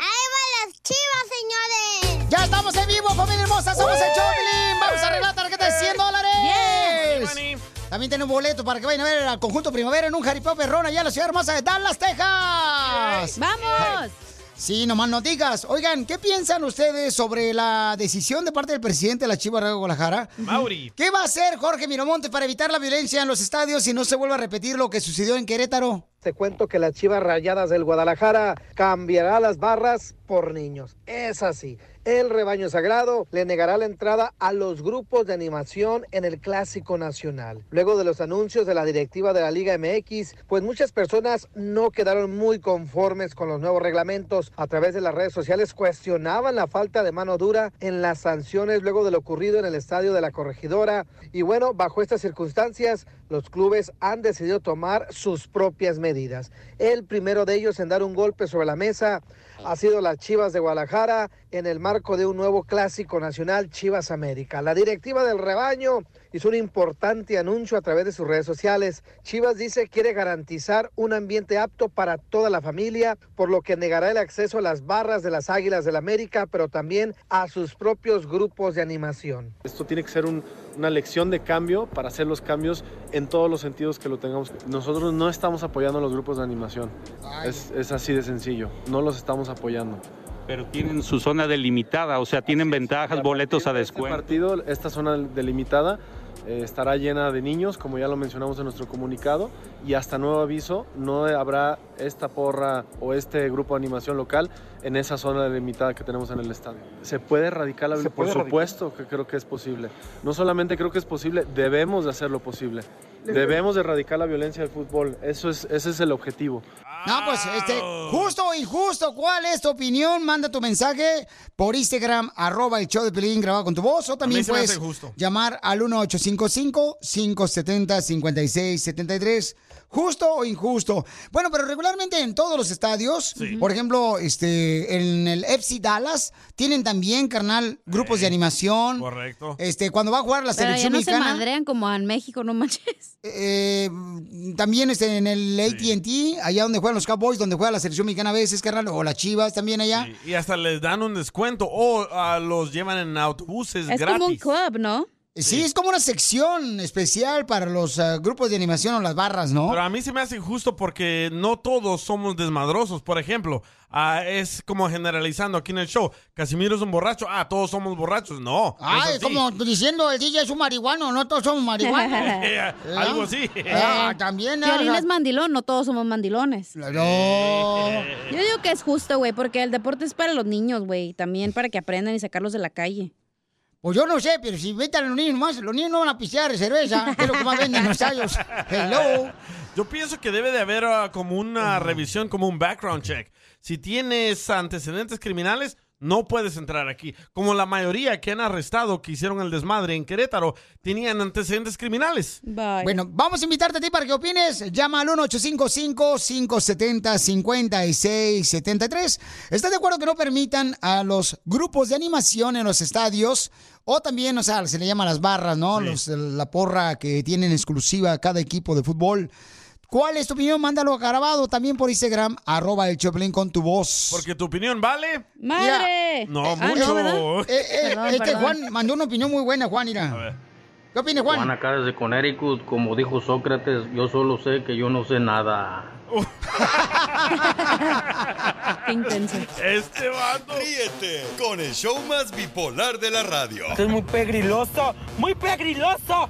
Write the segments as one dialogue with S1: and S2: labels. S1: ¡Ahí van las chivas, señores!
S2: Ya estamos en vivo, familia hermosa. Somos el Choplin. Vamos a arreglar tarjeta de 100 dólares. También tenemos boleto para que vayan a ver al conjunto primavera en un jaripeo perrón allá en la ciudad hermosa de Dallas, Texas.
S3: ¡Vamos!
S2: Sí, nomás no digas. Oigan, ¿qué piensan ustedes sobre la decisión de parte del presidente de la Chiva de Guadalajara?
S4: Mauri.
S2: ¿Qué va a hacer Jorge Miramontes para evitar la violencia en los estadios y no se vuelva a repetir lo que sucedió en Querétaro?
S5: Te cuento que las Chivas Rayadas del Guadalajara cambiará las barras por niños. Es así. El rebaño sagrado le negará la entrada a los grupos de animación en el Clásico Nacional. Luego de los anuncios de la directiva de la Liga MX, pues muchas personas no quedaron muy conformes con los nuevos reglamentos. A través de las redes sociales cuestionaban la falta de mano dura en las sanciones luego de lo ocurrido en el estadio de la corregidora. Y bueno, bajo estas circunstancias, los clubes han decidido tomar sus propias medidas. El primero de ellos en dar un golpe sobre la mesa ha sido las Chivas de Guadalajara en el marco de un nuevo clásico nacional Chivas América. La directiva del rebaño hizo un importante anuncio a través de sus redes sociales. Chivas dice quiere garantizar un ambiente apto para toda la familia, por lo que negará el acceso a las barras de las Águilas del América, pero también a sus propios grupos de animación.
S6: Esto tiene que ser un- una lección de cambio para hacer los cambios en todos los sentidos que lo tengamos. Nosotros no estamos apoyando a los grupos de animación. Es, es así de sencillo. No los estamos apoyando.
S7: Pero tienen su zona delimitada, o sea, tienen ventajas, boletos a
S6: Este
S7: descuento.
S6: partido, esta zona delimitada, eh, estará llena de niños, como ya lo mencionamos en nuestro comunicado, y hasta nuevo aviso, no habrá esta porra o este grupo de animación local en esa zona delimitada que tenemos en el estadio. ¿Se puede erradicar la
S8: ¿Se
S6: violencia? Por
S8: puede erradicar?
S6: supuesto que creo que es posible. No solamente creo que es posible, debemos de hacerlo posible. Debemos de erradicar la violencia del fútbol. Eso es, ese es el objetivo.
S2: No, pues, este, justo o injusto, ¿cuál es tu opinión? Manda tu mensaje por Instagram, arroba el show de Pelín grabado con tu voz, o también
S9: se me hace
S2: puedes
S9: justo.
S2: llamar al 1855-570-5673. Justo o injusto. Bueno, pero regularmente en todos los estadios, por ejemplo, este, en el FC Dallas, tienen también, carnal, grupos de animación.
S9: Correcto.
S2: Este, cuando va a jugar la
S3: Pero allá
S2: selección
S3: no se
S2: mexicana.
S3: madrean como en México, no manches.
S2: Eh, también este, en el ATT, allá donde juegan los Cowboys, donde juega la selección mexicana a veces, carnal, o las Chivas también allá.
S9: Y hasta les dan un descuento o ah, los llevan en autobuses
S3: Es
S9: gratis.
S3: como un club, ¿no?
S2: Eh, Sí, es como una sección especial para los ah, grupos de animación o las barras, ¿no?
S9: Pero a mí se me hace injusto porque no todos somos desmadrosos. Por ejemplo, ah, es como generalizando aquí en el show. Casimiro es un borracho. Ah, todos somos borrachos. No. no es
S2: Ay,
S9: así.
S2: como diciendo el DJ es un marihuano, no todos somos marihuanos.
S9: Algo así.
S2: Ah, también, ah,
S3: Piolín
S2: la-
S3: es mandilón, no todos somos mandilones. Yo digo que es justo, güey, porque el deporte es para los niños, güey. También para que aprendan y sacarlos de la calle.
S2: Pues yo no sé, pero si vete a los niños más, los niños no van a pistear cerveza, que es lo que más venden en los estadios. Hello.
S9: Yo pienso que debe de haber ah, como una revisión, como un background check. Si tienes antecedentes criminales, no puedes entrar aquí. Como la mayoría que han arrestado, que hicieron el desmadre en Querétaro, tenían antecedentes criminales.
S2: Bueno, vamos a invitarte a ti para que opines. Llama al 1-855-570-5673. ¿Estás de acuerdo que no permitan a los grupos de animación en los estadios? O también, o sea, se le llama las barras, ¿no? Los- la porra que tienen exclusiva cada equipo de fútbol. ¿Cuál es tu opinión? Mándalo grabado también por Instagram, arroba el Choplin con tu voz.
S9: Porque tu opinión vale. Ah,
S2: ¡Madre!
S9: No, mucho.
S2: Eh, eh,
S9: Perdón,
S2: este
S9: perdón.
S2: Juan mandó una opinión muy buena, Juan, mira. ¿Qué opina Juan?
S10: Juana Caras de Connecticut, como dijo Sócrates, yo solo sé que yo no sé nada.
S3: Qué intenso.
S9: Este vato.
S11: Ríete con el show más bipolar de la radio.
S12: Esto es muy pegriloso, muy pegriloso.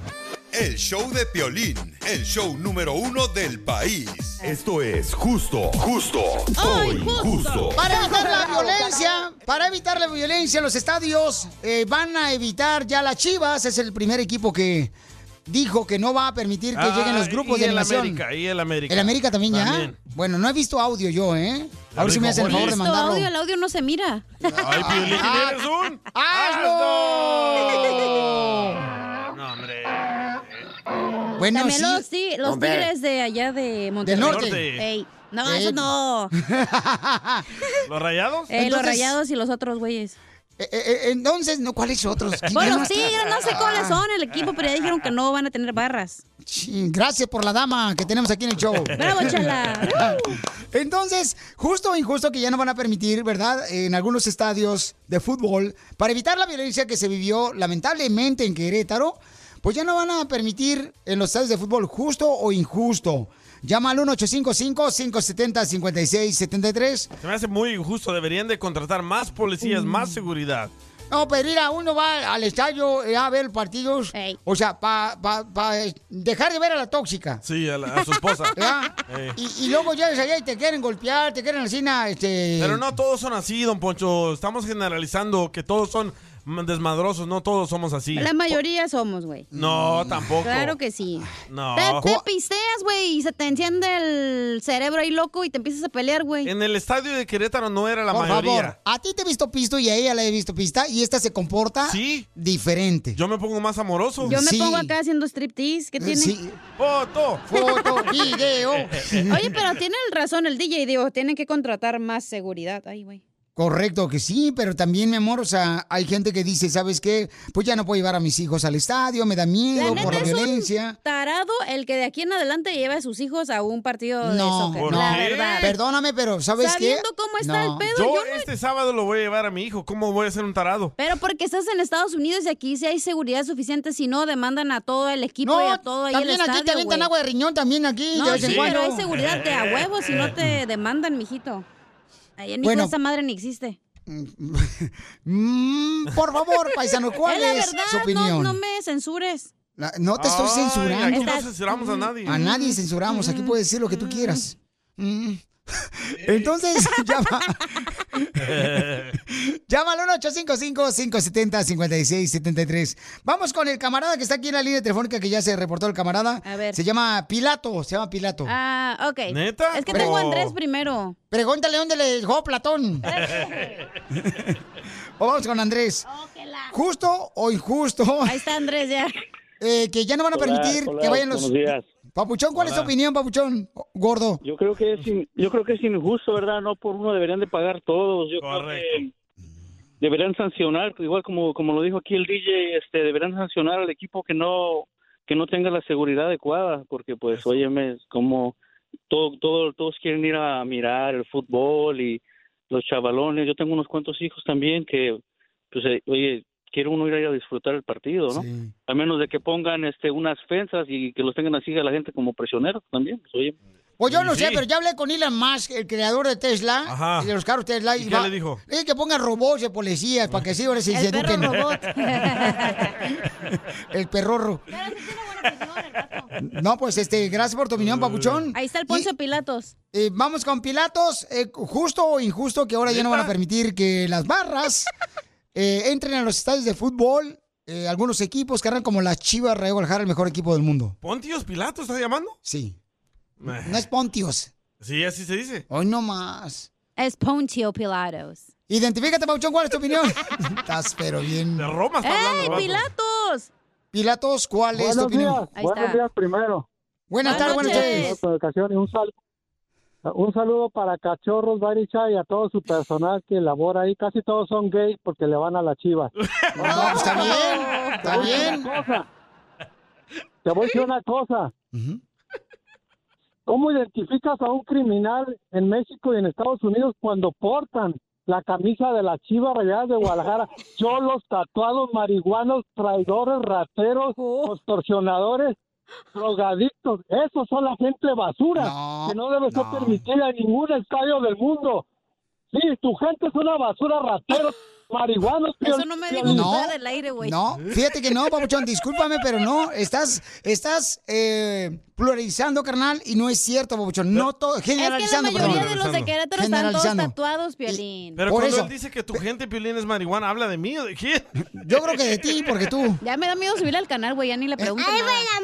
S11: El show de Piolín, el show número uno del país. Esto es justo, justo o injusto.
S2: Para evitar la violencia, para evitar la violencia, los estadios eh, van a evitar ya las Chivas. Es el primer equipo que dijo que no va a permitir que
S9: Ah,
S2: lleguen los grupos
S9: y
S2: de
S9: el
S2: animación.
S9: América, y el América.
S2: ¿El América también ya?
S9: También.
S2: Bueno, no he visto audio yo, ¿eh? A ver si me hacen el favor de
S3: Esto,
S2: mandarlo. Ah,
S3: audio, el audio no se mira.
S9: Ay, Piolín, eres un.
S2: ¡Hazlo!
S9: No, hombre.
S2: Bueno,
S3: También
S2: sí.
S3: los, ti- los
S2: Hombre.
S3: tigres de allá de Monterrey.
S2: norte.
S3: Ey, no,
S2: Ey.
S3: eso no.
S9: ¿Los rayados?
S3: Ey, Eh, los
S2: Entonces-
S3: rayados y los otros güeyes.
S2: Eh, eh, entonces, no, ¿cuáles otros?
S3: Bueno, los tigres, no sé cuáles son el equipo, pero ya dijeron que no van a tener barras.
S2: Chin, Gracias por la dama que tenemos aquí en el show.
S3: Bravo, chala.
S2: Entonces, justo o injusto que ya no van a permitir, ¿verdad? En algunos estadios de fútbol, para evitar la violencia que se vivió lamentablemente en Querétaro, pues ya no van a permitir en los estadios de fútbol justo o injusto. Llama al 1855-570-5673.
S9: Se me hace muy injusto. Deberían de contratar más policías,
S2: Uh.
S9: más seguridad.
S2: No, pero mira, uno va al estadio eh, a ver partidos. O sea, para eh, dejar de ver a la tóxica.
S9: Sí, a, la- a su esposa.
S2: ¿Ya?
S9: Eh.
S2: Y, y luego llegas allá y te quieren golpear, te quieren así, na, este...
S9: Pero no todos son así, don Poncho. Estamos generalizando que todos son mm, desmadrosos. No todos somos así.
S3: La mayoría somos, güey.
S9: No, tampoco.
S3: Claro que sí.
S9: No.
S3: Te, te pisteas, güey, y se te enciende el cerebro ahí loco y te empiezas a pelear, güey.
S9: En el estadio de Querétaro no era la
S2: Por
S9: mayoría.
S2: favor, a ti te he visto pisto y a ella la he visto pista y esta se comporta
S9: Sí.
S2: diferente.
S9: Yo me pongo más amoroso.
S3: Yo me pongo acá haciendo striptease, ¿qué tiene?
S2: Sí.
S9: Foto.
S2: Foto, video.
S3: Oye, pero tiene el razón el DJ, digo, tienen que contratar más seguridad. Ay, güey.
S2: Correcto que sí, pero también, mi amor, o sea, hay gente que dice, ¿sabes qué? Pues ya no puedo llevar a mis hijos al estadio, me da
S3: La
S2: miedo
S3: neta
S2: por la
S3: es un
S2: violencia.
S3: Tarado el que de aquí en adelante lleva a sus hijos a un partido de
S2: No,
S3: soccer.
S2: no.
S3: La verdad.
S2: Perdóname, pero ¿sabes
S3: Sabiendo
S2: qué?
S3: cómo está el pedo,
S9: Yo
S3: yo no-
S9: este sábado lo voy a llevar a mi hijo. ¿Cómo voy a ser un tarado?
S3: Pero porque estás en Estados Unidos y aquí sí hay seguridad suficiente, si no demandan a todo el equipo y a todo ahí el
S2: también aquí te
S3: estadio,
S2: avientan
S3: güey.
S2: agua de riñón, también aquí. de
S3: No,
S2: vez en
S3: sí,
S2: cuando. Eh.
S3: pero hay seguridad de a huevo si no te demandan, mijito. Ahí en mi
S2: Bueno.
S3: esa madre ni existe.
S2: Mm, por favor, paisano, ¿cuál
S3: es
S2: es,
S3: la verdad,
S2: su
S3: no-
S2: opinión?
S3: No, me censures.
S2: La- No te estoy
S9: Ay,
S2: censurando.
S9: aquí no Estás- censuramos a nadie.
S2: A nadie censuramos.
S3: Mm.
S2: Aquí puedes decir lo que tú quieras. Mm. Entonces, llama, llama al 1-855-570-5673. Vamos con el camarada que está aquí en la línea telefónica que ya se reportó el camarada.
S3: A ver.
S2: Se llama Pilato, se llama Pilato.
S3: Ah, ok.
S9: ¿Neta?
S3: Es que
S9: Pero-
S3: tengo a Andrés
S2: Oh.
S3: primero.
S2: Pregúntale dónde le dejó Platón. O vamos con Andrés. ¿Justo o injusto?
S3: Oh, Ahí está Andrés ya.
S2: Eh, que ya no van a
S10: Hola,
S2: permitir
S10: hola,
S2: que vayan los...
S10: buenos días.
S2: Papuchón, ¿cuál es tu
S10: Hola.
S2: opinión, Papuchón? Gordo.
S10: Yo creo que es in- yo creo que es injusto, ¿verdad? No por uno deberían de pagar todos. Yo creo que deberían sancionar, igual como como lo dijo aquí el DJ, este deberían sancionar al equipo que no que no tenga la seguridad adecuada, porque pues óyeme, es como todo todo todos quieren ir a mirar el fútbol y los chavalones. Yo tengo unos cuantos hijos también que pues eh, oye, quiere uno ir a disfrutar el partido, ¿no? A menos de que pongan este unas fensas y que los tengan así a la gente como prisioneros también. Pues, oye,
S2: Pues yo
S10: Y
S2: no sé,
S10: sí.
S2: pero ya hablé con Elon Musk, el creador de Tesla,
S10: Ajá.
S2: y de los carros Tesla.
S10: ¿Y qué le dijo?
S2: Le dije que pongan robots de policías para que así ahora sí
S3: El
S2: se
S3: perro
S2: eduquen.
S3: robot.
S2: el perrorro. No, pues este, gracias por tu opinión, Papuchón.
S3: Ahí está el Poncio Pilatos.
S2: Eh, vamos con Pilatos. Eh, justo o injusto que ahora ya no van a permitir que las barras eh, entren a los estadios de fútbol. eh, algunos equipos que como las Chivas Rayo Guadalajara, el mejor equipo del mundo.
S9: ¿Pontios Pilato está llamando?
S2: Sí.
S9: Eh,
S2: No es Pontios.
S9: Sí, así se dice.
S2: Hoy no más.
S3: Es Poncio Pilatos.
S2: Identifícate, Pauchón, ¿cuál es tu opinión? Estás pero bien. De
S9: Roma
S3: ¡Ey, Pilatos!
S2: Pilatos, ¿cuál es tu
S13: Buenos
S2: opinión?
S13: días, buenos días primero.
S2: Buenas tardes, buenas tardes.
S13: Por ocasión, y Un saludo, un saludo para Cachorros, Baricha y a todo su personal que labora ahí. Casi todos son gays porque le van a la chiva.
S2: No, pues está bien, está bien.
S13: Te voy a decir una cosa. ¿Cómo identificas a un criminal en México y en Estados Unidos cuando portan la camisa de la Chiva Rayadas de Guadalajara?
S3: Oh.
S13: Cholos, tatuados, marihuanos, traidores, rateros, extorsionadores. drogadictos, esos son la gente basura, que no debe ser permitida en ningún estadio del mundo. Sí, tu gente es una basura, rateros, marihuanos.
S3: Ah. Eso no me dijo
S13: Piolín.
S3: nada del aire, güey.
S2: No, fíjate que no, papuchón, discúlpame, pero no, estás, estás eh, pluralizando, carnal, y no es cierto, papuchón, no todo, generalizando,
S3: es que la mayoría
S2: perdón.
S3: de los de Querétaro están todos
S2: Generalizando.
S3: tatuados, Piolín.
S9: Pero cuando él dice que tu gente, Piolín, es marihuana, ¿habla de mí o de quién?
S2: Yo creo que de ti, porque tú.
S3: Ya me da miedo subirle al canal, güey, ya ni le pregunto
S2: ahí va
S3: nada.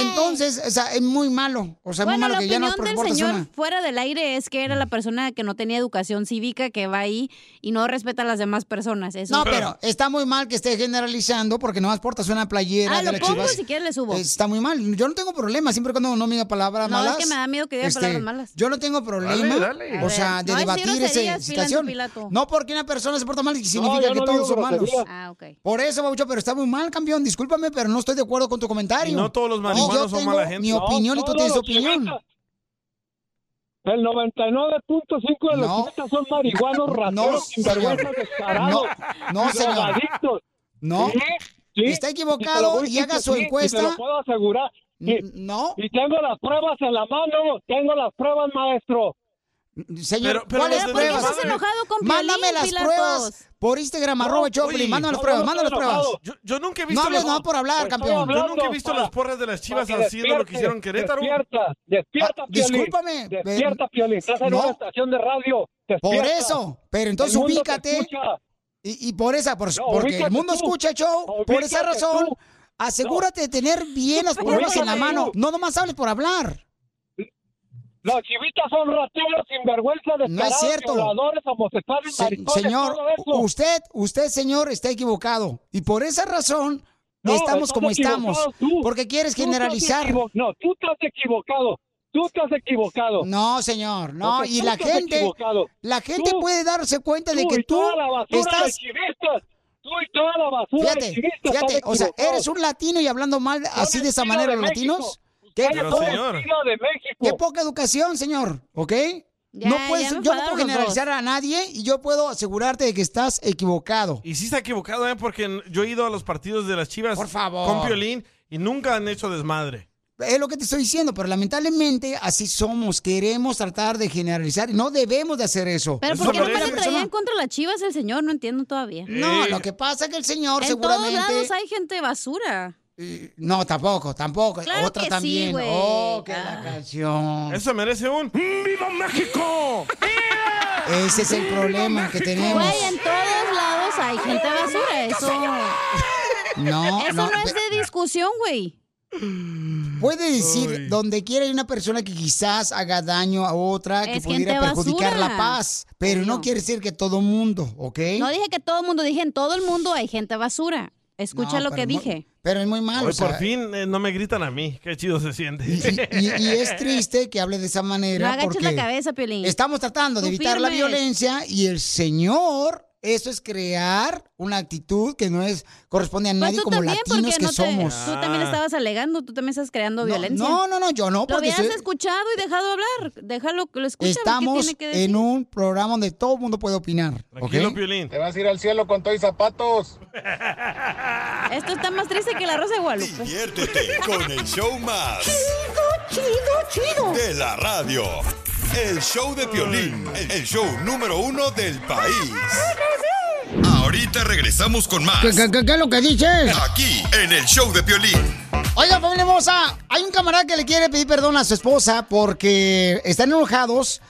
S2: Entonces, o sea, es muy malo, o sea, muy
S3: bueno,
S2: malo
S3: la
S2: que ya
S3: opinión
S2: nos
S3: del
S2: reportas
S3: señor
S2: una. Mm.
S3: fuera del aire es que era la persona que no tenía educación cívica que va ahí y no respeta a las demás personas. Eso.
S2: No, pero eh, está muy mal que esté generalizando porque nomás portas una playera
S3: Ah,
S2: de
S3: lo
S2: las
S3: pongo,
S2: Chivas. Eh,
S3: si quieres le subo.
S2: Está muy mal. Yo no tengo problema siempre y cuando no me diga palabras
S3: No, es
S2: malas. este,
S3: que me da miedo que diga palabras malas.
S2: Yo no tengo problema.
S3: Dale, dale.
S2: O sea, de
S3: No, decir
S2: debatir esa
S3: groserías, Pilato,
S2: situación.
S3: Pilato.
S2: No porque una persona se porta mal
S3: No,
S2: significa
S3: yo
S2: que
S3: no
S2: todos
S3: digo
S2: son malos.
S3: groserías. Ah, ok.
S2: Por eso, Babucho, pero está muy mal, campeón. Discúlpame, pero no estoy de acuerdo con tu comentario.
S9: Y no todos los
S2: Y
S9: marihuanos
S2: yo
S9: son
S2: tengo
S9: mala gente.
S2: Mi
S9: No,
S2: opinión y tú
S9: todos
S2: tienes
S9: los
S2: opinión.
S13: El 99.5 de los turistas son marihuanos,
S2: No,
S13: rateros,
S2: señor.
S13: sinvergüenzas, descarados.
S2: No, no, señor.
S13: drogadictos.
S2: No.
S13: Sí, sí.
S2: Está equivocado
S13: te lo voy
S2: y haga su
S13: sí,
S2: encuesta.
S13: Y te lo puedo asegurar.
S2: no.
S13: Y tengo las pruebas en la mano. Tengo las pruebas, maestro.
S2: Señor, ¿cuáles pruebas? Mándame las pruebas por Instagram, arroba Choplin. Mándame las pruebas, mándame las pruebas.
S9: Yo, yo nunca he
S2: No
S9: visto.
S2: hables
S9: las-
S2: nomás por hablar,
S9: Estoy
S2: campeón.
S9: Yo nunca he visto las porras de las chivas haciendo lo que hicieron en Querétaro.
S13: Despierta, despierta,
S9: Ah,
S13: Piolín.
S9: discúlpame, ve-
S13: Despierta, Piolín. Estás en
S9: No.
S13: una estación de radio.
S2: Por
S13: Despierta.
S2: eso, pero entonces
S13: El mundo te
S2: ubícate.
S13: escucha.
S2: Y, y por esa, por-
S13: No,
S2: porque
S13: ubícate
S2: el mundo
S13: tú.
S2: escucha el show, por esa
S13: Ubícate
S2: razón,
S13: tú.
S2: asegúrate de tener bien las
S13: Ubícate
S2: pruebas en la
S13: tú.
S2: mano. No nomás hables por hablar.
S13: Los chivitas son rateros, sinvergüenza,
S2: No es
S13: descarados,
S2: cierto.
S13: violadores, homosexuales,
S2: Se-
S13: maricones,
S2: señor,
S13: todo eso.
S2: usted, usted, señor, está equivocado. Y por esa razón
S13: No,
S2: estamos como
S13: equivocado
S2: estamos.
S13: tú.
S2: Porque quieres
S13: Tú estás
S2: generalizar.
S13: equivo- No, tú estás equivocado. Tú estás equivocado.
S2: No, señor, no.
S13: Porque
S2: y
S13: tú
S2: la
S13: estás
S2: gente,
S13: equivocado.
S2: la gente
S13: Tú-
S2: puede darse cuenta de
S13: tú
S2: que
S13: y
S2: tú
S13: toda la basura de
S2: estás.
S13: chivistas, tú y toda la basura de
S2: Fíjate,
S13: chivistas
S2: fíjate,
S13: están
S2: o sea,
S13: equivocados.
S2: eres un latino y hablando mal así de esa
S13: estilo
S2: manera
S13: de
S2: los
S13: México.
S2: latinos.
S13: Ustedes
S2: Qué-
S13: son el estilo de México.
S2: Qué poca educación, señor, ¿ok?
S9: Ya,
S2: no
S9: ya
S2: puedes,
S9: me
S2: yo no
S9: enfadaron
S2: puedo
S9: los
S2: generalizar a nadie y yo puedo asegurarte de que estás equivocado.
S9: Y sí está equivocado, ¿eh? Porque yo he ido a los partidos de las chivas
S2: favor.
S9: con Piolín y nunca han hecho desmadre.
S2: Es lo que te estoy diciendo, pero lamentablemente así somos. Queremos tratar de generalizar y no debemos de hacer eso.
S3: Pero ¿por qué no
S2: Una
S3: le
S2: persona-
S3: traían contra las chivas el señor? No entiendo todavía.
S2: No, lo que pasa es que el señor
S3: en
S2: seguramente-
S3: todos lados hay gente basura.
S2: No, tampoco, tampoco.
S3: Claro
S2: Pues, Otra
S3: que sí,
S2: también.
S3: güey.
S2: oh, que la
S3: Ah.
S2: canción.
S9: Eso merece un ¡Viva México!
S2: Ese es el problema que tenemos.
S3: Güey, en todos lados hay gente basura. Eso,
S2: No,
S3: eso
S2: no.
S3: no, es de discusión, güey.
S2: Puede decir donde quiera hay una persona que quizás haga daño a otra, que
S3: Es
S2: pudiera
S3: gente
S2: perjudicar
S3: basura.
S2: la paz, pero no quiere decir que todo mundo, ¿ok?
S3: No dije que todo el mundo, dije en todo el mundo hay gente basura. Escucha
S2: No,
S3: lo que
S2: pero muy-
S3: dije.
S2: Pero es muy malo.
S9: Hoy
S2: o sea,
S9: por fin eh, no me gritan a mí. Qué chido se siente.
S2: Y, y es triste que hable de esa
S3: No
S2: manera.
S3: agaches
S2: porque
S3: la cabeza, Piolín.
S2: Estamos tratando de
S3: Tú
S2: evitar la
S3: firmes.
S2: violencia y el señor, eso es crear una actitud que no es corresponde a
S3: Pues
S2: nadie
S3: tú
S2: como
S3: también, porque
S2: latinos que
S3: no te-
S2: somos.
S3: Tú también estabas alegando, tú también estás creando
S2: No,
S3: violencia.
S2: no, no, no, yo no,
S3: Lo
S2: porque
S3: hubieras
S2: soy-
S3: escuchado y dejado hablar. Déjalo que lo escuche. a ver qué
S2: Estamos
S3: tiene que decir.
S2: en un programa donde todo el mundo puede opinar. ¿ok?
S9: Te
S14: vas a ir al cielo con todos zapatos.
S3: Esto está más triste que la rosa de Guadalupe.
S11: Diviértete con el show más
S3: Chido, chido, chido.
S11: de la radio. El show de Piolín, el show número uno del país. Ahorita regresamos con más.
S2: ¿Qué, qué- qué- qué es lo que dices?
S11: Aquí, en el show de Piolín.
S2: Oiga, familia hermosa, hay un camarada que le quiere pedir perdón a su esposa porque están enojados.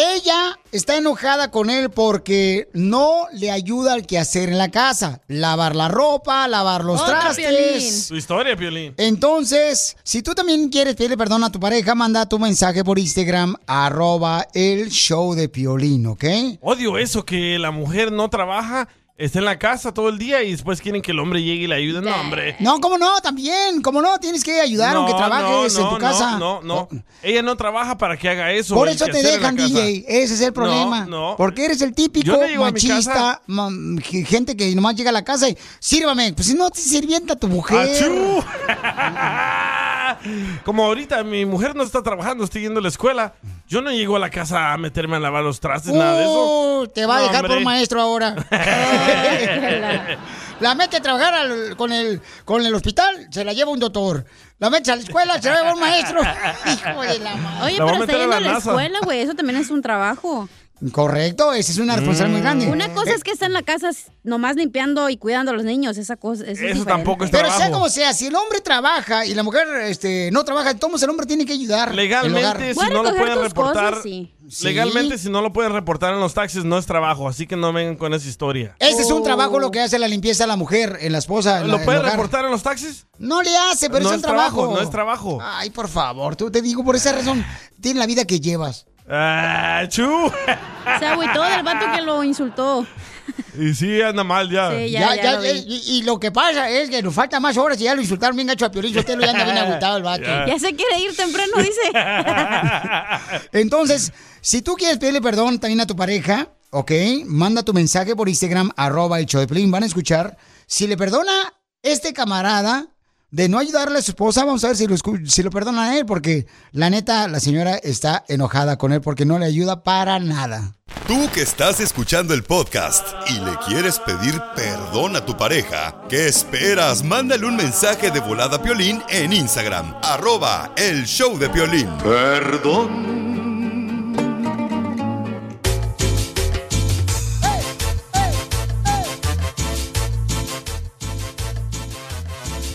S2: Ella está enojada con él porque no le ayuda al quehacer en la casa. Lavar la ropa, lavar los trastes.
S9: Tu historia, Piolín.
S2: Entonces, si tú también quieres pedirle perdón a tu pareja, manda tu mensaje por Instagram, arroba el show de Piolín, ¿ok?
S9: Odio eso, que la mujer no trabaja, está en la casa todo el día y después quieren que el hombre llegue y le ayude. No, hombre.
S2: No, ¿cómo no? También, ¿cómo no? Tienes que ayudar aunque
S9: No,
S2: trabajes
S9: no,
S2: en tu
S9: no,
S2: casa.
S9: No, no, Ella no trabaja para que haga eso.
S2: Por
S9: el
S2: eso te
S9: quehacer en la
S2: dejan,
S9: casa.
S2: DJ. Ese es el problema.
S9: No, no.
S2: Porque eres el típico
S9: Yo no llego a mi
S2: machista,
S9: casa.
S2: ma- gente que nomás
S9: Ah,
S2: llega a la casa y sírvame. Pues si no te sirvienta tu mujer.
S9: ¡Achú! Ah, Como ahorita mi mujer no está trabajando, estoy yendo a la escuela. Yo no llego a la casa a meterme a lavar los trastes, nada de eso.
S2: Uh, te va a
S9: No,
S2: dejar por
S9: hombre.
S2: un maestro ahora. la mete a trabajar al- con, el, con el hospital, se la lleva un doctor. La mete a la escuela, se la lleva un maestro. Hijo de la madre.
S3: Oye,
S2: La voy a
S3: pero
S2: meter
S3: está
S2: a
S3: yendo
S2: la
S3: a la
S2: NASA.
S3: escuela, güey. Eso también es un trabajo.
S2: Correcto, esa es una responsabilidad muy
S9: Mm.
S2: grande. Eh,
S3: Una cosa es que está en la casa s- nomás limpiando y cuidando a los niños. Esa cosa. Eso, es diferente.
S2: Pero sea como sea, si el hombre trabaja y la mujer este, no trabaja, entonces el hombre tiene que ayudar.
S9: Legalmente, si no lo pueden reportar. Legalmente,
S2: Sí.
S9: si no lo pueden reportar en los taxis, no es trabajo. Así que no vengan con esa historia.
S2: Ese es un trabajo lo que hace la limpieza a la mujer, en la esposa. en la-
S9: Oh. ¿Lo
S2: en
S9: pueden
S2: el hogar.
S9: reportar en los taxis?
S2: No le hace, pero
S9: No
S2: es un
S9: es trabajo,
S2: trabajo.
S9: no es trabajo.
S2: Ay, por favor, tú te digo, por esa razón, tiene la vida que llevas.
S9: ¡Ah, chu!
S3: Se agüitó del vato que lo insultó.
S9: Y sí, anda mal ya.
S3: Sí, ya, ya lo vi.
S2: y, y lo que pasa es que nos faltan más horas y ya lo insultaron bien gacho a Piolín Sotelo ya anda bien agüitado el vato.
S9: Ya. Ya
S3: se quiere ir temprano, dice.
S2: Entonces, si tú quieres pedirle perdón también a tu pareja, ok, manda tu mensaje por Instagram, arroba el show de Piolín, van a escuchar. Si le perdona este camarada de no ayudarle a su esposa, vamos a ver si lo, escu- si lo perdona a él, porque la neta, la señora está enojada con él porque no le ayuda para nada.
S11: Tú que estás escuchando el podcast y le quieres pedir perdón a tu pareja, ¿qué esperas? Mándale un mensaje de volada a Piolín en Instagram, arroba el show de Piolín. Perdón.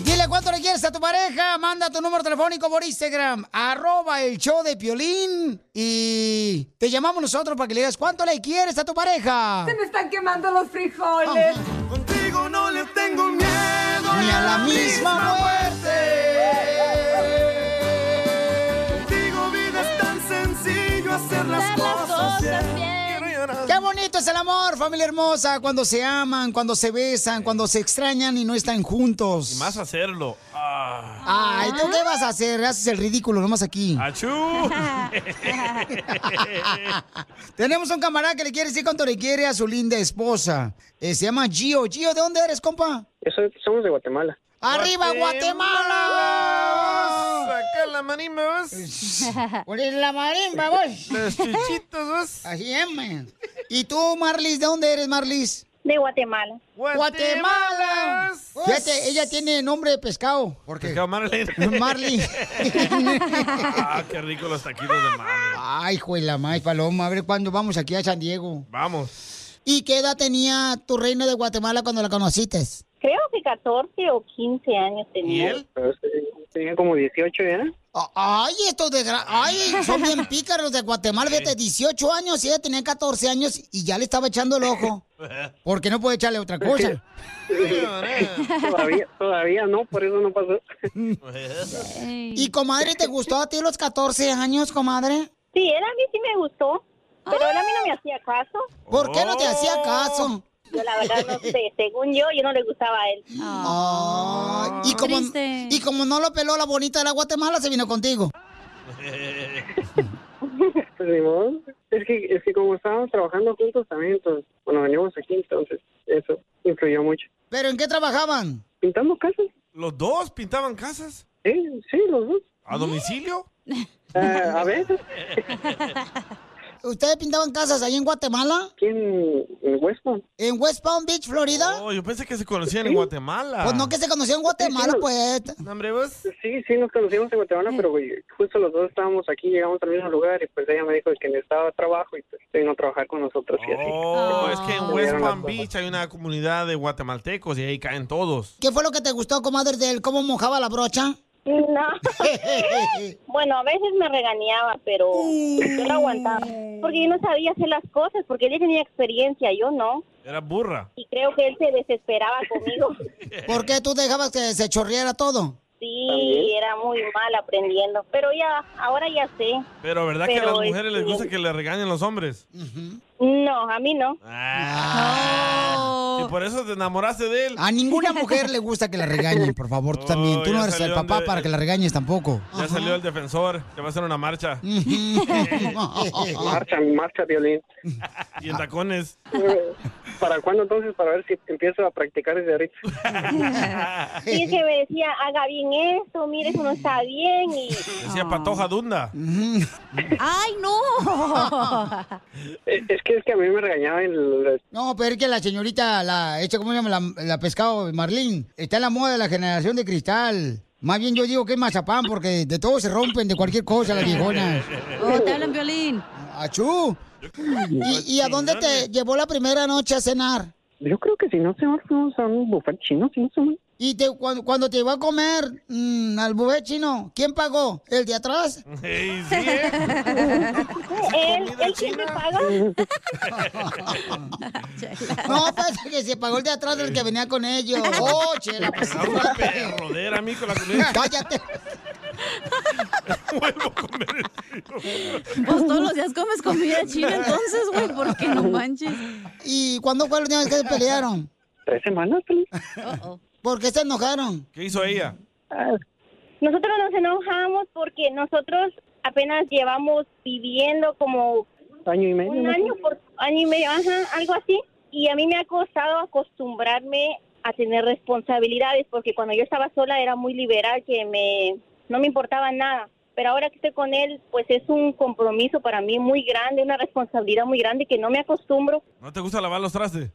S2: Dile cuánto le quieres a tu pareja, manda tu número telefónico por Instagram, arroba el show de Piolín y te llamamos nosotros para que le digas cuánto le quieres a tu pareja.
S15: Se me están quemando los frijoles. Contigo no le tengo miedo
S2: ni a la misma muerte.
S15: Contigo vida es tan sencillo hacer las cosas bien.
S2: Qué bonito es el amor, familia hermosa, cuando se aman, cuando se besan, cuando se extrañan y no están juntos.
S9: Y más hacerlo. Ah.
S2: Ay, ¿tú qué vas a hacer? Haces el ridículo nomás aquí.
S9: ¡Achú!
S2: Tenemos un camarada que le quiere decir cuánto le quiere a su linda esposa. Eh, se llama Gio. Gio, ¿de dónde eres, compa?
S16: somos de Guatemala.
S2: ¡Arriba, Guatemala!
S9: Saca la marimba, vos.
S2: ¿Cuál es la marimba, vos?
S9: Los chichitos, vos.
S2: Así es, man. ¿Y tú, Marlis, de dónde eres, Marlis?
S17: De Guatemala.
S2: ¡Guatemala! Fíjate, ella tiene nombre de pescado.
S9: ¿Por qué? Marley.
S2: Marley.
S9: ah, qué rico los taquitos de Marley.
S2: Ay, juela, más paloma. A ver cuándo vamos aquí a San Diego.
S9: Vamos.
S2: ¿Y qué edad tenía tu reina de Guatemala cuando la conociste?
S17: Creo que 14 o 15 años tenía.
S16: Tenía como 18 ya.
S2: Ay, estos de gra- Ay, son bien pícaros de Guatemala. Fíjate, 18 años y ella tenía 14 años y ya le estaba echando el ojo. Porque no puede echarle otra cosa.
S16: todavía, todavía no, por eso no pasó. Pues,
S2: ¿Y comadre, te gustó a ti los 14 años, comadre?
S17: Sí, él a mí sí me gustó, pero él a mí no me hacía caso. Oh.
S2: ¿Por qué no te hacía caso?
S17: Yo la verdad no sé, según yo, yo no le gustaba a él.
S2: Ay, y, como, y como no lo peló la bonita de la Guatemala, se vino contigo.
S16: Pues ni modo. Es que, es que como estábamos trabajando juntos también, entonces, bueno, veníamos aquí, entonces eso influyó mucho.
S2: ¿Pero en qué trabajaban?
S16: Pintando casas.
S9: ¿Los dos pintaban casas?
S16: Sí, sí, los dos.
S9: ¿A domicilio?
S16: Ah, a veces.
S2: ¿Ustedes pintaban casas ahí en Guatemala?
S16: Aquí en, en West Palm.
S2: ¿En West Palm Beach, Florida?
S9: Oh, yo pensé que se conocían en Guatemala.
S2: Pues no que se conoció en Guatemala, pues.
S16: Sí, sí, nos conocimos en Guatemala, pero güey, justo los dos estábamos aquí, llegamos al mismo lugar y pues ella me dijo que necesitaba trabajo y pues se vino a trabajar con nosotros y así.
S9: Oh, es que en
S16: Cambiaron
S9: West
S16: Ah. las
S9: Palm
S16: cosas.
S9: Beach hay una comunidad de guatemaltecos y ahí caen todos.
S2: ¿Qué fue lo que te gustó, comadre, de él? ¿Cómo mojaba la brocha?
S17: No. bueno, a veces me regañaba, pero yo lo aguantaba. Porque yo no sabía hacer las cosas, porque él ya tenía experiencia, yo no.
S9: Era burra.
S17: Y creo que él se desesperaba conmigo.
S2: ¿Por qué tú dejabas que se chorreara todo?
S17: Sí, era muy mal aprendiendo. Pero ya, ahora ya sé.
S9: Pero ¿verdad que a
S17: Pero
S9: las
S17: es
S9: mujeres les
S17: que-
S9: gusta que le regañen los hombres?
S17: No, a mí no.
S9: Ah.
S17: No.
S9: Si por eso te enamoraste de él.
S2: A ninguna mujer le gusta que la regañen, por favor. Tú también. Tú
S9: Oh, ya
S2: no eres el
S9: salió
S2: papá
S9: donde-
S2: para que la regañes tampoco.
S9: Ya salió el defensor, te va a hacer una marcha.
S16: marcha, marcha, violín.
S9: Y en tacones.
S16: ¿Para cuándo entonces? Para ver si empiezo a practicar desde ahorita.
S17: Y es que me decía, haga bien esto, mire, eso no está bien. Y
S9: Decía patoja dunda.
S17: ¡Ay, no!
S16: Es es que es que a mí me regañaba el...
S2: No, pero es que la señorita, la, esta, ¿cómo se llama? La, la pescado Marlín, está en la moda de la generación de cristal. Más bien yo digo que es mazapán, porque de todo se rompen, de cualquier cosa, las viejonas.
S3: Oh, te hablan violín.
S2: ¡Achú! ¿Y, y a dónde te llevó la primera noche a cenar?
S16: Yo creo que si no se fuimos a un bufet chino, si no se
S2: ¿Y te, cuando, cuando te iba a comer mm, al buffet chino, quién pagó? ¿El de atrás?
S9: Ey, sí, ¿eh?
S2: ¿El, el siempre paga? No, pasa que se pagó el de atrás del que venía con ellos. ¡Oh, chela! pues,
S3: Ah,
S9: Agarra una perrodera a mí con la comida.
S2: ¡Cállate!
S3: Pues todos los días comes comida china entonces, güey, porque no manches.
S2: ¿Y cuándo fue la última vez que se pelearon?
S16: Tres semanas, Piolín.
S2: ¿Por qué se enojaron?
S9: ¿Qué hizo ella?
S17: Ah, Nosotros nos enojamos porque nosotros apenas llevamos viviendo como
S16: Año y medio.
S17: un
S16: ¿no?
S17: año por año y medio, ajá, algo así. Y a mí me ha costado acostumbrarme a tener responsabilidades porque cuando yo estaba sola era muy liberal que me no me importaba nada. Pero ahora que estoy con él, pues es un compromiso para mí muy grande, una responsabilidad muy grande que no me acostumbro.
S9: ¿No te gusta lavar los trastes?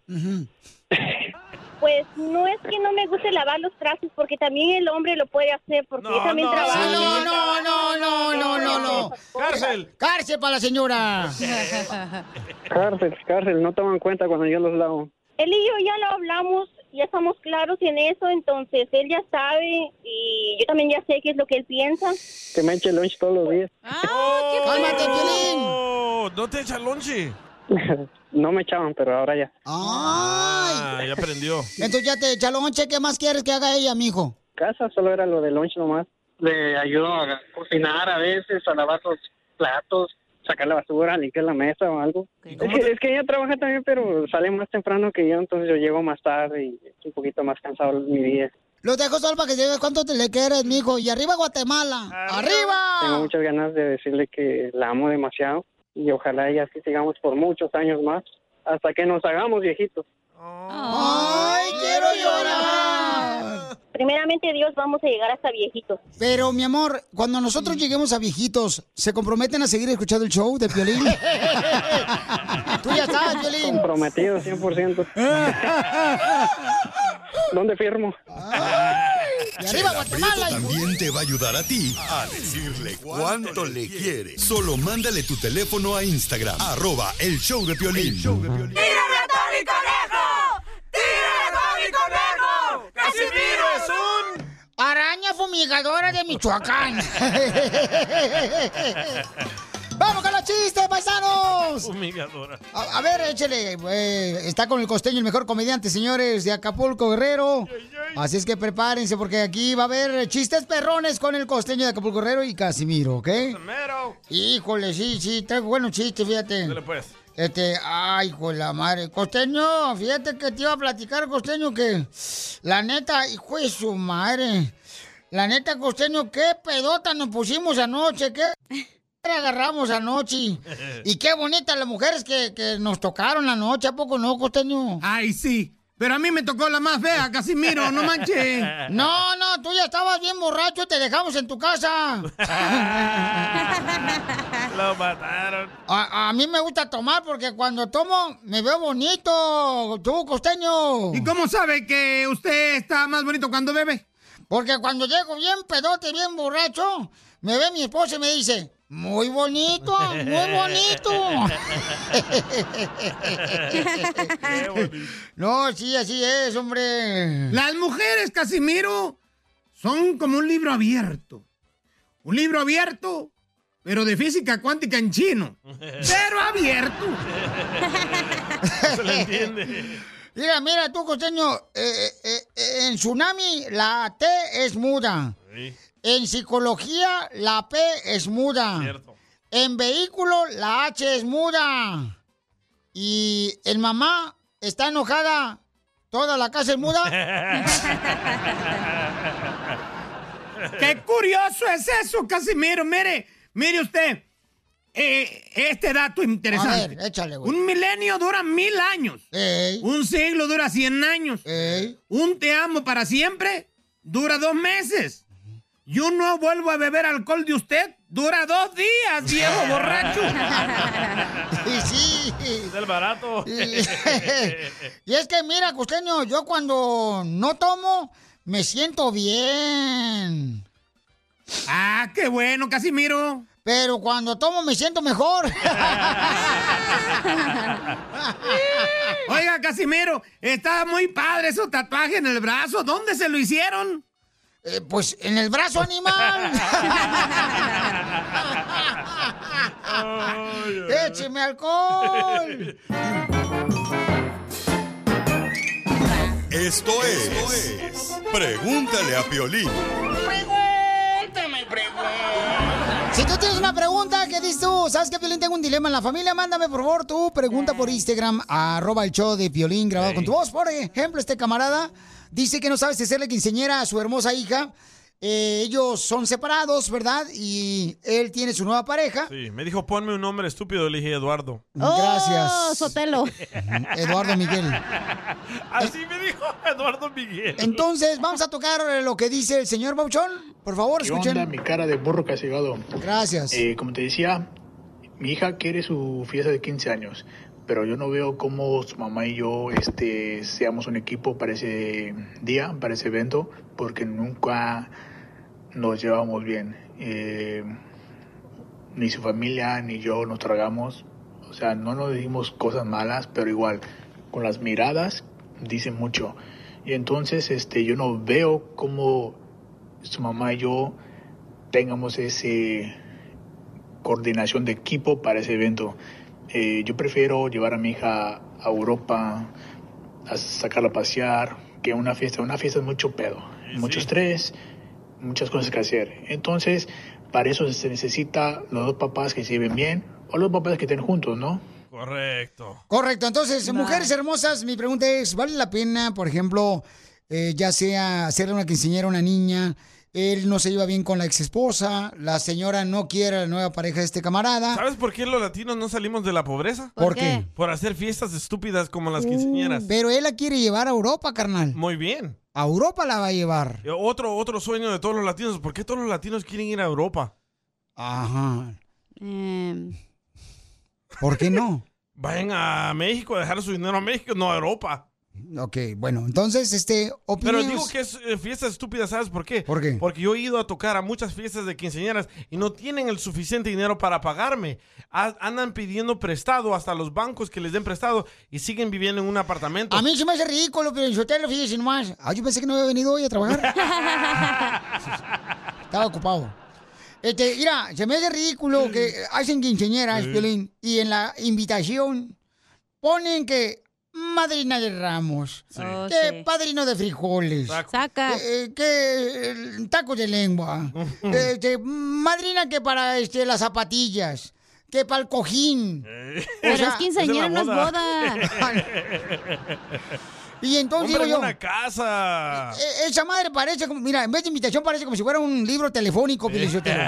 S17: Pues no es que no me guste lavar los trastes porque también el hombre lo puede hacer porque él también trabaja.
S2: No, no, no, no, no, no, no.
S9: ¡Cárcel!
S2: ¡Cárcel para la señora!
S16: Cárcel, cárcel, no toman cuenta cuando yo los lavo.
S17: Él y yo ya lo hablamos, ya estamos claros en eso, entonces él ya sabe y yo también ya sé qué es lo que él piensa.
S16: Que me eche lunch todos los días.
S2: ¡Cálmate, Piolín!
S9: Oh, ¿No te echa lonche?
S16: no me echaban, pero ahora ya.
S9: Ah, ya aprendió.
S2: Entonces ya te echa lonche, ¿qué más quieres que haga ella, mijo?
S16: Casa solo era lo de lunch nomás. Le ayudo a cocinar a veces, a lavar los platos, sacar la basura, limpiar la mesa o algo. Es que, es que ella trabaja también, pero sale más temprano que yo, entonces yo llego más tarde y es un poquito más cansado mi día.
S2: Los dejo solo para que lleves cuánto te le quieres, mijo. Y arriba Guatemala.
S16: Tengo
S18: Ah.
S2: ¡Arriba!
S16: muchas ganas de decirle que la amo demasiado y ojalá ella que sigamos por muchos años más, hasta que nos hagamos viejitos.
S2: ¡Ay, quiero llorar!
S17: Primeramente Dios, vamos a llegar hasta viejitos.
S2: Pero, mi amor, cuando nosotros lleguemos a viejitos, ¿se comprometen a seguir escuchando el show de Piolín? Tú ya sabes, Piolín.
S16: Comprometido 100%. ¿Dónde firmo?
S2: arriba,
S11: Chela
S2: Guatemala,
S11: Prieto
S2: hijo.
S11: también te va a ayudar a ti a decirle cuánto le quiere. Solo mándale tu teléfono a Instagram, arroba el show de Piolín.
S15: ¡Tírame a Tony Conejo! ¡Tírame a Tony Conejo! ¡Casimiro es un...
S2: Araña fumigadora de Michoacán. ¡Vamos con los chistes, paisanos!
S9: Fumigadora.
S2: A, a ver, échele. eh, está con el costeño, el mejor comediante, señores, de Acapulco Guerrero. Así es que prepárense porque aquí va a haber chistes perrones con el costeño de Acapulco Guerrero y Casimiro, ¿ok? Híjole, sí, sí, está buenos chistes, fíjate.
S9: Dale pues.
S2: Este, ay, hijo de la madre. Costeño, fíjate que te iba a platicar, Costeño, que la neta, hijo de su madre. La neta, Costeño, qué pedota nos pusimos anoche, qué agarramos anoche. Y qué bonitas las mujeres que, que nos tocaron anoche, ¿a poco no, Costeño? Ay, sí. Pero a mí me tocó la más fea, Casimiro,
S15: no manches.
S2: No, no, tú ya estabas bien borracho, te dejamos en tu casa.
S9: Lo mataron.
S2: A, a mí me gusta tomar porque cuando tomo me veo bonito, tú, costeño. ¿Y cómo sabe que usted está más bonito cuando bebe? Porque cuando llego bien pedote, bien borracho, me ve mi esposa y me dice, muy bonito, muy bonito. no, sí, así es, hombre.
S18: Las mujeres, Casimiro, son como un libro abierto. Un libro abierto, pero de física cuántica en chino. Pero abierto.
S9: Se le entiende.
S2: Mira, mira, tú, costeño, eh, eh, eh, en tsunami la T es muda. En psicología, la P es muda. En vehículo, la H es muda. Y el mamá está enojada toda la casa es muda.
S18: ¡Qué curioso es eso, Casimiro! Mire, mire usted. eh, este dato interesante.
S2: A ver, échale, güey.
S18: Un milenio dura mil años. Un siglo dura cien años. Un te amo para siempre dura dos meses. Yo no vuelvo a beber alcohol de usted. Dura dos días, viejo borracho.
S2: Y sí.
S9: Del barato.
S2: y es que mira, Costeño, yo cuando no tomo, me siento bien.
S18: Ah, qué bueno, Casimiro.
S2: Pero cuando tomo me siento mejor.
S18: Oiga, Casimiro, está muy padre esos tatuajes en el brazo. ¿Dónde se lo hicieron?
S2: pues en el brazo, animal.
S9: Oh,
S2: ¡Écheme alcohol!
S11: Esto es, Pregúntale a Piolín.
S15: Pregúntame,
S2: Si tú tienes una pregunta, ¿qué dices tú? ¿Sabes que Piolín tengo un dilema en la familia? Mándame, por favor, tu pregunta por Instagram, arroba el show de Piolín, grabado con tu voz. Por ejemplo, este camarada dice que no sabe si hacerle quinceñera a su hermosa hija. Eh, ellos son separados, ¿verdad? Y él tiene su nueva pareja.
S9: Sí, me dijo, ponme un nombre estúpido. Le dije, Eduardo.
S2: Oh, Gracias.
S9: Oh,
S3: Sotelo.
S2: Eduardo Miguel.
S9: Así me dijo Eduardo Miguel.
S2: Entonces, vamos a tocar eh, lo que dice el señor Bauchón. Por favor,
S19: ¿Qué onda,
S2: escuchen.
S19: mi cara de burro castigado?
S2: Gracias.
S19: Eh, como te decía, mi hija quiere su fiesta de 15 años, pero yo no veo cómo su mamá y yo este, seamos un equipo para ese día, para ese evento, porque nunca nos llevamos bien. Eh, ni su familia ni yo nos tragamos, o sea, no nos dijimos cosas malas, pero igual, con las miradas dicen mucho. Y entonces este, yo no veo cómo su mamá y yo tengamos ese coordinación de equipo para ese evento. Eh, yo prefiero llevar a mi hija a Europa, a sacarla a pasear, que a una fiesta. Una fiesta es mucho pedo, mucho estrés, muchas cosas que hacer. Entonces, para eso se necesita los dos papás que se lleven bien o los papás que estén juntos, ¿no?
S9: Correcto.
S2: Correcto, entonces, mujeres hermosas, mi pregunta es, ¿vale la pena, por ejemplo, eh, ya sea hacerle una quinceañera a una niña, él no se lleva bien con la ex esposa, la señora no quiere a la nueva pareja de este camarada?
S9: ¿Sabes por qué los latinos no salimos de la pobreza?
S2: ¿Por ¿Por qué? qué?
S9: Por hacer fiestas estúpidas como las quinceañeras.
S2: Uh, Pero él la quiere llevar a Europa, carnal.
S9: Muy bien.
S2: A Europa la va a llevar.
S9: Eh, Otro, otro sueño de todos los latinos. ¿Por qué todos los latinos quieren ir a Europa?
S2: Ajá. ¿Por qué no?
S9: Vayan a México a dejar su dinero a México, no a Europa.
S2: ok, bueno, entonces, este,
S9: Pero
S2: opiniones...
S9: digo que es eh, fiestas estúpidas, ¿sabes por qué?
S2: ¿Por qué?
S9: Porque yo he ido a tocar a muchas fiestas de quinceañeras y no tienen el suficiente dinero para pagarme. A- andan pidiendo prestado hasta los bancos que les den prestado y siguen viviendo en un apartamento.
S2: A mí se me hace ridículo, pero yo te lo fíjese nomás. Ah, yo pensé que no había venido hoy a trabajar. Estaba ocupado. Este, mira, se me hace ridículo que hacen quinceañeras,
S15: Sí.
S2: Piolín, y en la invitación ponen que madrina de ramos,
S15: Oh,
S2: que
S15: sí.
S2: padrino de frijoles,
S3: Saca.
S2: eh, eh, que eh, tacos de lengua, este, madrina que para este, las zapatillas, que para el cojín.
S3: Eh. Pero es quinceañera, no es boda.
S2: Y entonces
S9: Compren
S2: digo yo,
S9: una casa.
S2: e- esa madre parece como, mira, en vez de invitación parece como si fuera un libro telefónico, Piolín Sotelo.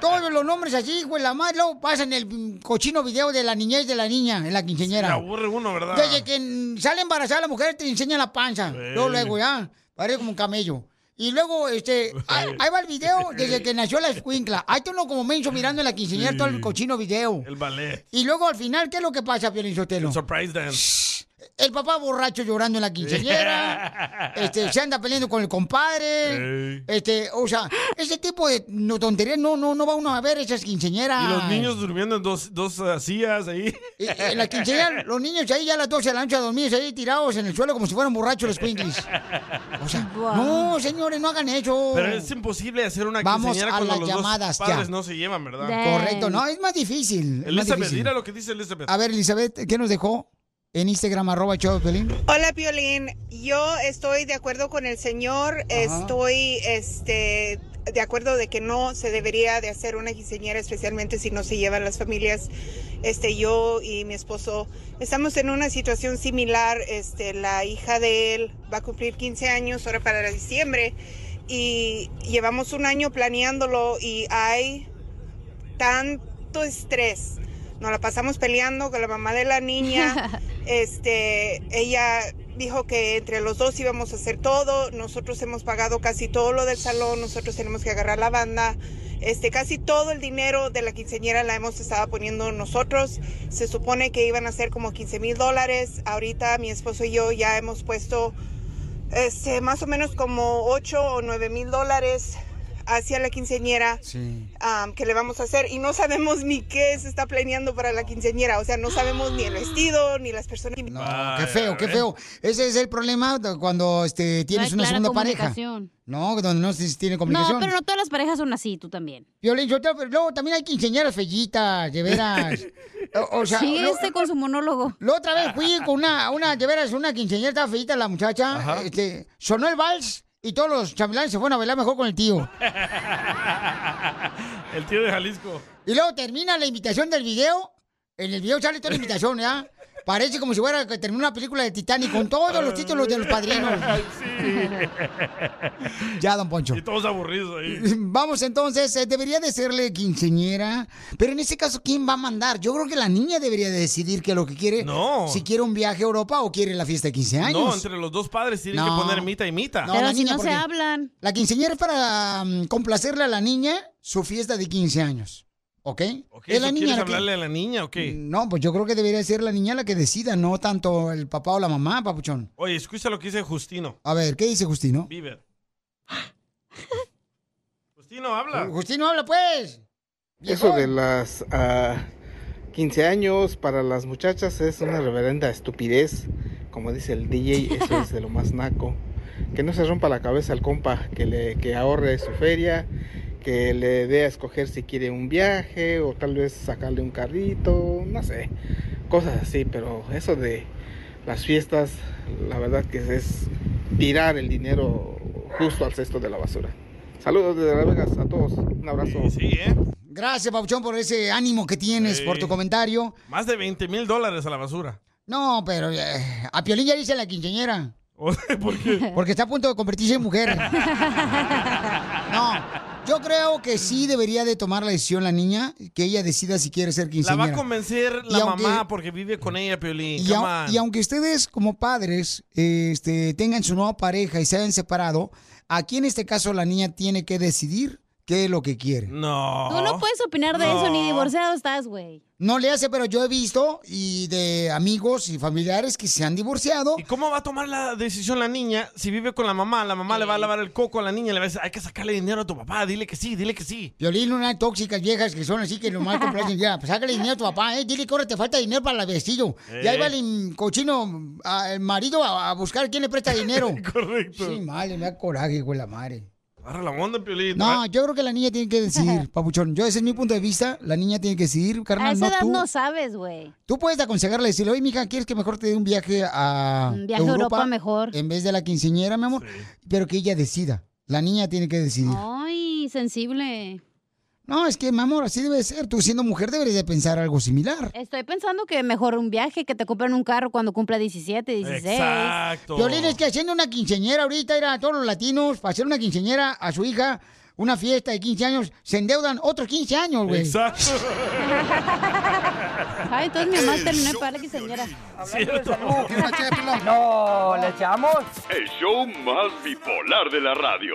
S2: Todos los nombres así, güey, la madre, luego pasan el mm, cochino video de la niñez de la niña en la
S9: Me
S2: quinceñera.
S9: aburre uno, ¿verdad?
S2: Desde que mm, sale embarazada la mujer te enseña la panza. Luego, luego, ya, parece como un camello. Y luego, este, ahí, ahí va el video desde que nació la escuincla. Ahí está uno como menso mirando en la quinceñera todo el cochino video.
S9: El ballet.
S2: Y luego al final, ¿qué es lo que pasa, Piolín Sotelo?
S9: El surprise dance.
S2: El papá borracho llorando en la quinceñera. Este, se anda peleando con el compadre.
S9: Ey.
S2: Este, o sea, ese tipo de no, tonterías no, no, no va uno a ver esas quinceñeras.
S9: Y los niños durmiendo en dos, dos ah, sillas ahí.
S2: En la quinceañera, los niños ahí ya a las 12 de la noche dormidos ahí tirados en el suelo como si fueran borrachos los cuinclis. O sea, no, señores, no hagan eso.
S9: Pero es imposible hacer una
S2: Vamos
S9: quinceañera
S2: a
S9: cuando
S2: las
S9: los
S2: llamadas,
S9: dos padres
S2: ya.
S9: no se llevan, ¿verdad?
S2: Correcto, no, es más difícil. es más
S9: Elizabeth,
S2: difícil.
S9: mira lo que dice Elizabeth.
S2: A ver, Elizabeth, ¿qué nos dejó en Instagram, arroba el show de Piolín?
S20: Hola, Piolín. Yo estoy de acuerdo con el señor. Estoy, este,
S21: de acuerdo de que no se debería de hacer una quinceañera, especialmente si no se llevan las familias. Este, yo y mi esposo estamos en una situación similar. Este, la hija de él va a cumplir 15 años ahora para diciembre y llevamos un año planeándolo y hay tanto estrés. Nos la pasamos peleando con la mamá de la niña. Este, ella dijo que entre los dos íbamos a hacer todo. Nosotros hemos pagado casi todo lo del salón. Nosotros tenemos que agarrar la banda. Este, casi todo el dinero de la quinceañera la hemos estado poniendo nosotros. Se supone que iban a ser como 15 mil dólares. Ahorita mi esposo y yo ya hemos puesto este, más o menos como 8 o 9 mil dólares hacia la quinceañera um, que le vamos a hacer y no sabemos ni qué se está planeando para la quinceañera, o sea, no sabemos ni el vestido ni las personas que
S2: No, qué feo,
S9: eh.
S2: qué feo. Ese es el problema de cuando este, tienes
S3: hay
S2: una
S3: clara
S2: segunda pareja.
S3: comunicación.
S2: No, donde no se tiene
S3: No,
S2: comunicación.
S3: pero no todas las parejas son así, tú también.
S2: Piolín, yo te- pero luego también hay que enseñar a fellitas, de veras. O, o sea,
S3: Sí,
S2: este con su monólogo. La otra vez fui con una, una de veras, una quinceañera, estaba feillita la muchacha. Este, sonó el vals y todos los chambelanes se fueron a bailar mejor con el tío.
S9: El tío de Jalisco.
S2: Y luego termina la invitación del video. En el video sale toda la invitación, ¿ya? Parece como si fuera que terminó una película de Titanic con todos los títulos de los padrinos. Ya, don Poncho.
S9: Y todos aburridos ahí.
S2: Vamos entonces, eh, debería de serle quinceñera, pero en ese caso, ¿quién va a mandar? Yo creo que la niña debería de decidir que lo que quiere,
S9: No.
S2: si quiere un viaje a Europa o quiere la fiesta de 15 años.
S9: No, entre los dos padres tienen
S2: No.
S9: que poner mita y mita.
S2: No, la niña, porque La quinceañera es para mm, complacerle a la niña su fiesta de 15 años. ¿Ok?
S9: Ok,
S2: Es la
S9: ¿so
S2: niña
S9: ¿Quieres
S2: la que-
S9: hablarle a la niña o qué?
S2: No, pues yo creo que debería ser la niña la que decida, no tanto el papá o la mamá, papuchón.
S9: Oye, escucha lo que dice Justino.
S2: A ver, ¿qué dice Justino?
S9: Bieber. Justino, habla.
S2: Justino, habla pues.
S22: Eso
S2: Viejón.
S22: de las ah, 15 años para las muchachas es una reverenda estupidez. Como dice el DJ, eso es de lo más naco. Que no se rompa la cabeza al compa, que, le, que ahorre su feria, que le dé a escoger si quiere un viaje o tal vez sacarle un carrito, no sé, cosas así. Pero eso de las fiestas, la verdad que es tirar el dinero justo al cesto de la basura. Saludos desde Las Vegas a todos, un abrazo.
S2: Gracias, papuchón, por ese ánimo que tienes,
S9: Sí.
S2: por tu comentario.
S9: Más de 20 mil dólares a la basura.
S2: No, pero eh, a Piolín ya dice la quinceañera. ¿Por qué? Porque está a punto de convertirse en mujer. No, yo creo que sí debería de tomar la decisión la niña, que ella decida si quiere ser
S9: La
S2: quinceañera.
S9: va a convencer
S2: Y
S9: la
S2: aunque- Mm.
S9: mamá porque vive con ella, Piolín.
S2: Y,
S9: Come
S2: au-
S9: on.
S2: y aunque ustedes como padres este, tengan su nueva pareja y se hayan separado, aquí en este caso la niña tiene que decidir qué es lo que quiere.
S9: No.
S3: Tú Oh. no puedes opinar de eso, ni divorciado estás, güey.
S2: No le hace, pero yo he visto y de amigos y familiares que se han divorciado.
S9: ¿Y cómo va a tomar la decisión la niña si vive con la mamá? La mamá le va a lavar el coco a la niña, le va a decir, hay que sacarle dinero a tu papá, dile que sí, dile que sí.
S2: Violín, una tóxicas viejas que son así que nomás complacen ya. Pues sácale dinero a tu papá, ¿eh? Dile que ahora te falta dinero para el vestido. Y ahí
S9: Eh.
S2: va el in- cochino, a- el marido, a, a buscar quién le presta dinero.
S9: Correcto.
S2: Sí, madre, me da coraje, güey, la madre.
S9: Agarra la onda, Piolín.
S2: No, yo creo que la niña tiene que decidir, papuchón. Yo, ese es mi punto de vista. La niña tiene que decidir,
S3: A
S2: carnal,
S3: esa
S2: no
S3: edad
S2: tú.
S3: no sabes, güey.
S2: Tú puedes aconsejarle, decirle, oye, mija, ¿quieres que mejor te dé un viaje a
S3: Un viaje a Europa
S2: mejor. En vez de la quinceñera, mi amor. Pero que ella decida. La niña tiene que decidir.
S3: Ay, sensible.
S2: No, es que, mi amor, así debe ser. Tú siendo mujer deberías de pensar algo similar.
S3: Estoy pensando que mejor un viaje, que te compren un carro cuando cumpla 17, 16.
S2: Exacto. Violín, es que haciendo una
S3: Oh,
S2: quinceñera ahorita, era a todos los latinos, para hacer una quinceñera a su hija, una fiesta de 15 años, se endeudan otros 15 años, güey.
S9: Exacto.
S3: Ay, entonces mi mamá terminó de pagar la quinceañera.
S15: No, ¿le echamos?
S11: El show más bipolar de la radio.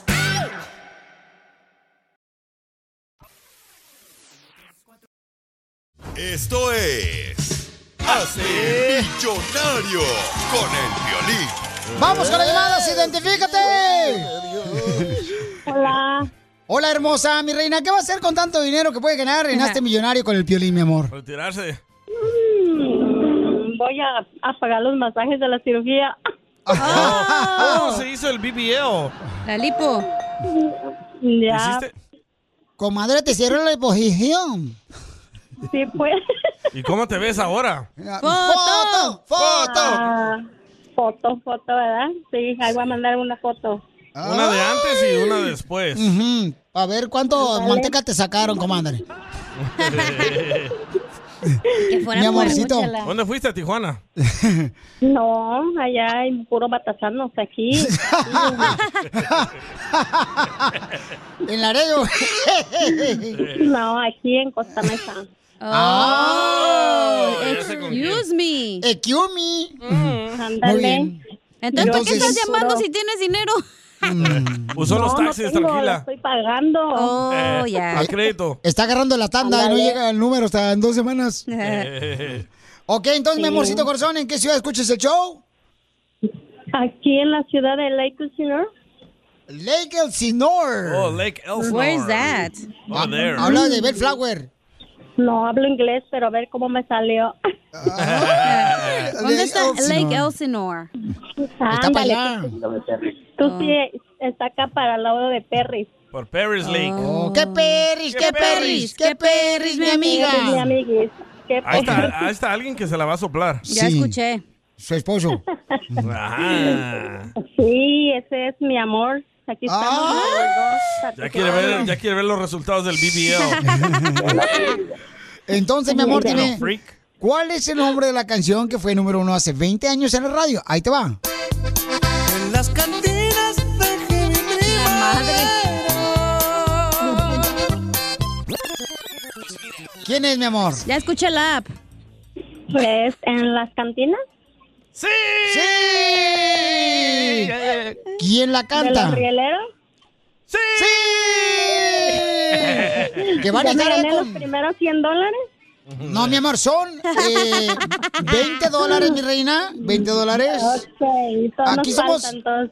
S11: Esto es. Hazte Millonario con el violín. Eh.
S2: Vamos con las llamadas, identifícate.
S17: Hola.
S2: Hola hermosa, mi reina, ¿qué va a hacer con tanto dinero que puede ganar en este millonario con el piolín, mi amor?
S9: Retirarse.
S23: Mm, Voy a, a pagar los masajes de la cirugía.
S2: Ah.
S9: ¿Cómo se hizo el BBL?
S23: La lipo.
S9: Ya.
S2: Comadre, te hicieron la hiposición.
S23: Sí, pues.
S9: ¿Y cómo te ves ahora?
S2: Ah, ¡Foto! ¡Foto!
S23: Ah, foto, foto, ¿verdad? Sí, ahí voy a mandar una foto.
S9: Una de antes y una después.
S2: Ujú. A ver cuánto manteca te sacaron, comadre.
S23: Que
S2: fuera Mi amorcito. guácala.
S9: ¿Dónde fuiste a Tijuana?
S23: No, allá hay puro batazanos aquí.
S2: en Laredo.
S23: no, aquí en Costa Mesa.
S2: Ah,
S3: Oh, Excuse me.
S2: Excuse me.
S9: Mm,
S23: ándale. Muy bien.
S3: Entonces, ¿por qué
S23: Entonces-
S3: estás llamando si tienes dinero?
S9: Usó los
S23: No, no
S9: taxis,
S23: tengo, lo
S9: tranquila.
S23: estoy pagando.
S3: Oh,
S9: Eh,
S3: ya.
S9: Al crédito.
S2: Está agarrando la tanda, no
S23: Ándale.
S2: llega el número hasta en dos semanas.
S9: Eh,
S2: ok, entonces, mi
S23: Sí.
S2: amorcito corazón, ¿en qué ciudad escuchas el show?
S23: Aquí en la ciudad de Lake Elsinore.
S2: Lake Elsinore.
S9: Oh, Lake Elsinore.
S23: Where's that?
S9: Oh, there.
S2: Habla de Bellflower.
S23: No, hablo inglés, pero a ver cómo me salió.
S3: ¿Dónde está
S23: Elsinore.
S3: Lake Elsinore?
S23: Está para allá. Tú
S9: Oh.
S23: sí, está acá para el lado de Perry.
S9: Por Paris
S23: Ah.
S9: Lake.
S2: ¡Qué perris, qué perris, qué perris, mi amiga!
S23: Mi amiguis. Qué
S9: Ahí está, ahí está alguien que se la va a soplar.
S23: Ya Sí. escuché.
S2: Su esposo.
S9: Ajá.
S23: Sí, ese es mi amor. Aquí estamos.
S15: ¡Ah!
S23: los dos.
S9: Ya quiere ver, ya quiere ver los resultados del BBL.
S2: Entonces, mi amor,
S23: Bueno,
S2: dime, ¿cuál es el nombre de la canción que fue número uno hace 20 años en la radio? Ahí te va.
S15: En las cantinas de La madre.
S2: ¿Quién es, mi amor?
S23: Ya escuché la app. Pues en las cantinas.
S9: ¡Sí!
S2: ¡Sí! ¿Quién la
S23: ¿De
S2: canta?
S23: los rieleros?
S9: ¡Sí!
S2: ¡Sí! Que van a
S23: ¿Ya me
S2: estar ahí
S23: gané los
S2: con-
S23: primeros 100 dólares?
S2: No, mi amor, son eh, 20 dólares, mi reina. 20 dólares.
S23: Ok, todos
S2: Aquí
S23: nos
S2: somos,
S23: faltan todos.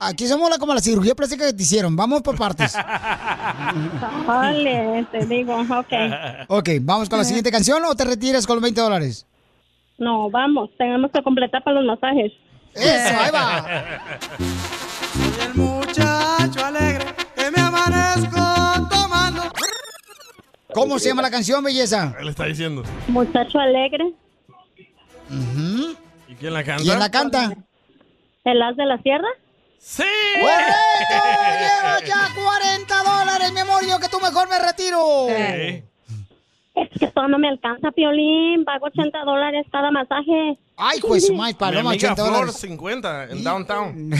S2: aquí somos la, como la cirugía plástica que te hicieron. Vamos por partes.
S23: Vale, te digo, ok.
S2: Ok, Eh. vamos con la siguiente canción o te retiras con los 20 dólares.
S23: No, vamos, tenemos que completar para los masajes.
S2: Eso, ahí va.
S15: el muchacho alegre que me amanezco tomando.
S2: ¿Cómo se llama la canción, belleza?
S9: Él está diciendo.
S23: Muchacho alegre,
S9: ¿Y quién la canta?
S2: ¿Quién la canta?
S23: el as de la sierra.
S9: ¡Sí!
S2: ¡Correcto! ¡Ya 40 dólares, mi amor! Yo que tú mejor me retiro.
S23: Es que todo no me alcanza, Piolín. Pago 80 dólares cada masaje.
S2: Ay, pues, my
S9: Mi amiga Flor, 50 en downtown.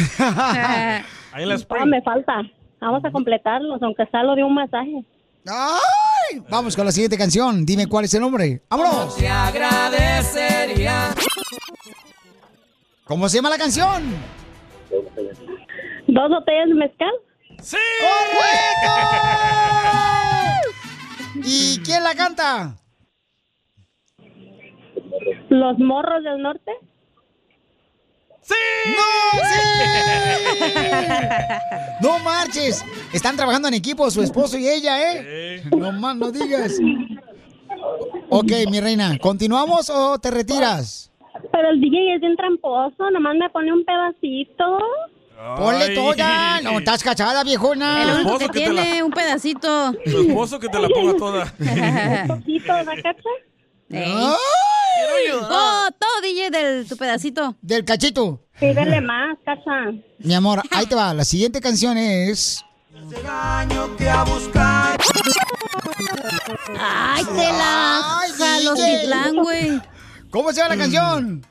S9: Ahí en la
S23: Todo
S9: Spring.
S23: Ah, me falta. Vamos a completarlos, aunque sea lo de un masaje.
S2: ¡Ay! Vamos con la siguiente canción. Dime cuál es el nombre. Ah, ¡Vámonos!
S15: Te agradecería.
S2: ¿Cómo se llama la canción?
S23: ¿Dos botellas de mezcal?
S9: ¡Sí!
S2: ¿Y quién la canta?
S23: ¿Los morros del norte?
S2: ¡No! ¡No marches! Están trabajando en equipo su esposo y ella, ¿eh? No más, no digas. Ok, mi reina, ¿continuamos o te retiras?
S23: Pero el DJ es bien tramposo, nomás me pone un pedacito.
S2: Ponle toda. No, estás cachada, viejona.
S3: El único que tiene un pedacito.
S9: Tu esposo que te la ponga toda.
S23: poquito, ¿da cacha?
S3: Foto, DJ, del tu pedacito.
S2: Del cachito.
S23: Pídele más, cacha.
S2: Mi amor, ahí te va. La siguiente canción es.
S15: Año que a buscar.
S3: Ay, te la
S2: Ay,
S3: jalotitlán,
S2: DJ.
S3: güey.
S2: ¿Cómo se llama la canción?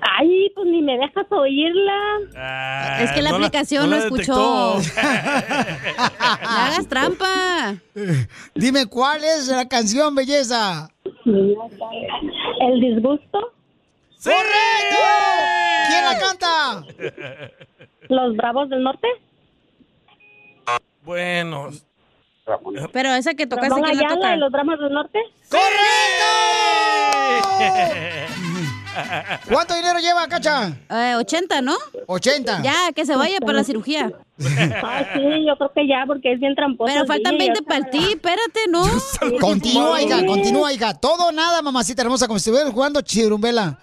S23: Ay, pues ni me dejas oírla.
S3: Es que la
S23: Ah, no la-
S3: aplicación
S23: no
S3: no,
S23: la
S3: escuchó.
S23: detectó.
S3: No hagas trampa.
S2: Dime, ¿cuál es la canción, belleza?
S23: ¿El disgusto?
S2: ¡Correcto! ¿Quién la canta?
S23: ¿Los Bravos del Norte?
S9: Bueno.
S3: Pero esa que tocaste,
S23: Ramón
S3: ¿quién la
S23: Ayala
S3: toca?
S23: y los Dramas del Norte?
S2: ¿Cuánto dinero lleva, Cacha?
S3: Eh, 80, ¿no?
S2: 80.
S3: Ya, que se vaya para la cirugía.
S23: Ay, sí, yo creo que ya, porque es bien tramposo.
S3: Pero
S23: el
S3: faltan
S23: DJ,
S3: 20
S23: ya
S3: para el ti, espérate, ¿no?
S2: Continúa, hija, continúa, hija. Todo o nada, mamacita hermosa, como si estuvieras jugando chirumbela.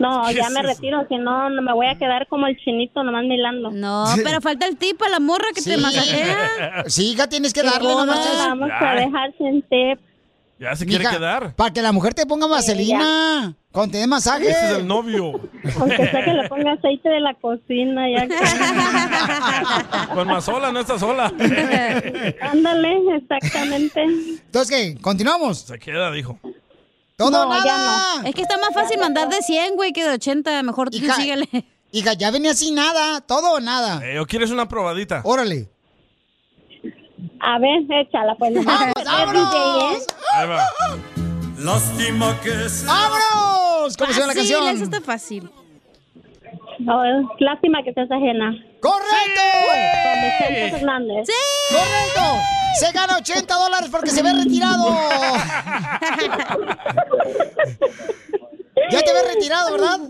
S23: No,
S2: ¿Qué
S23: ya
S2: es
S23: me
S2: eso?
S23: retiro, si no, no me voy a quedar como el chinito nomás milando.
S3: No, pero falta el tip a la morra que te
S23: Sí.
S3: masajea.
S2: Sí, hija, tienes que
S23: Que
S2: darle
S23: boda,
S2: nomás.
S23: la vamos a Ay. dejar sin tip.
S9: Ya se quiere
S2: Mija,
S9: quedar.
S2: Para que la mujer te ponga vaselina. Cuando te dé Ah, masaje.
S9: Ese es el novio.
S23: Aunque sea que le ponga aceite de la cocina, ya
S9: Con más sola, no está sola.
S23: que- Ándale, exactamente.
S2: Entonces, ¿qué? ¿Continuamos?
S9: Se queda, dijo.
S2: Todo o nada.
S3: Es que está más fácil mandar de 100, güey, que de 80. Mejor tú
S2: Hija,
S3: síguele.
S2: Hija, ya venía sin nada. Todo o nada.
S9: Eh, ¿O quieres una probadita?
S2: Órale.
S23: A ver, échala, pues.
S2: ¡Vamos,
S23: Eh,
S2: vámonos!
S23: DJ, ¿eh?
S9: Ahí va.
S15: Lástima que
S2: ¡Vámonos! ¿Cómo se llama la
S3: Fácil,
S2: canción?
S3: esa está fácil.
S23: No, eh, lástima que seas ajena.
S2: ¡Correcto!
S23: Con Vicente Fernández.
S2: ¡Sí! ¡Correcto! Se gana 80 dólares porque se ve retirado. ya te ves retirado, ¿verdad?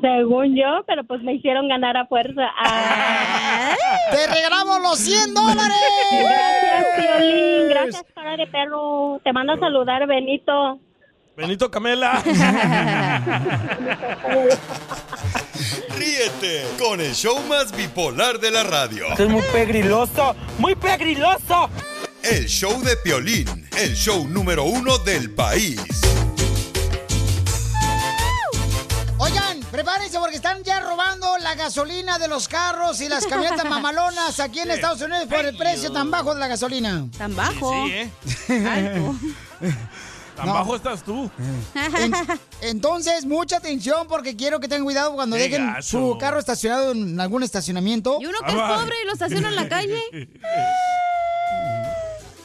S23: Según yo, pero pues me hicieron ganar a fuerza. Ah.
S2: ¡Te regalamos los 100 dólares!
S23: Gracias, Piolín. Gracias, cara de perro. Te mando a saludar, Benito.
S9: Benito Camela.
S11: Ríete con el show más bipolar de la radio.
S12: Es muy pegriloso, muy pegriloso.
S11: El show de Piolín, el show número uno del país.
S2: Oigan, prepárense porque están ya robando la gasolina de los carros y las camionetas mamalonas aquí en
S15: Sí.
S2: Estados Unidos por el precio tan bajo de la gasolina.
S3: Tan
S9: Sí, ¿eh? Tan
S2: No.
S9: bajo estás tú.
S2: En- entonces, mucha atención porque quiero que tengan cuidado cuando
S9: Qué
S2: dejen
S9: gacho.
S2: su carro estacionado en algún estacionamiento. Y uno
S3: que es Ah, va. pobre y lo estaciona en la calle.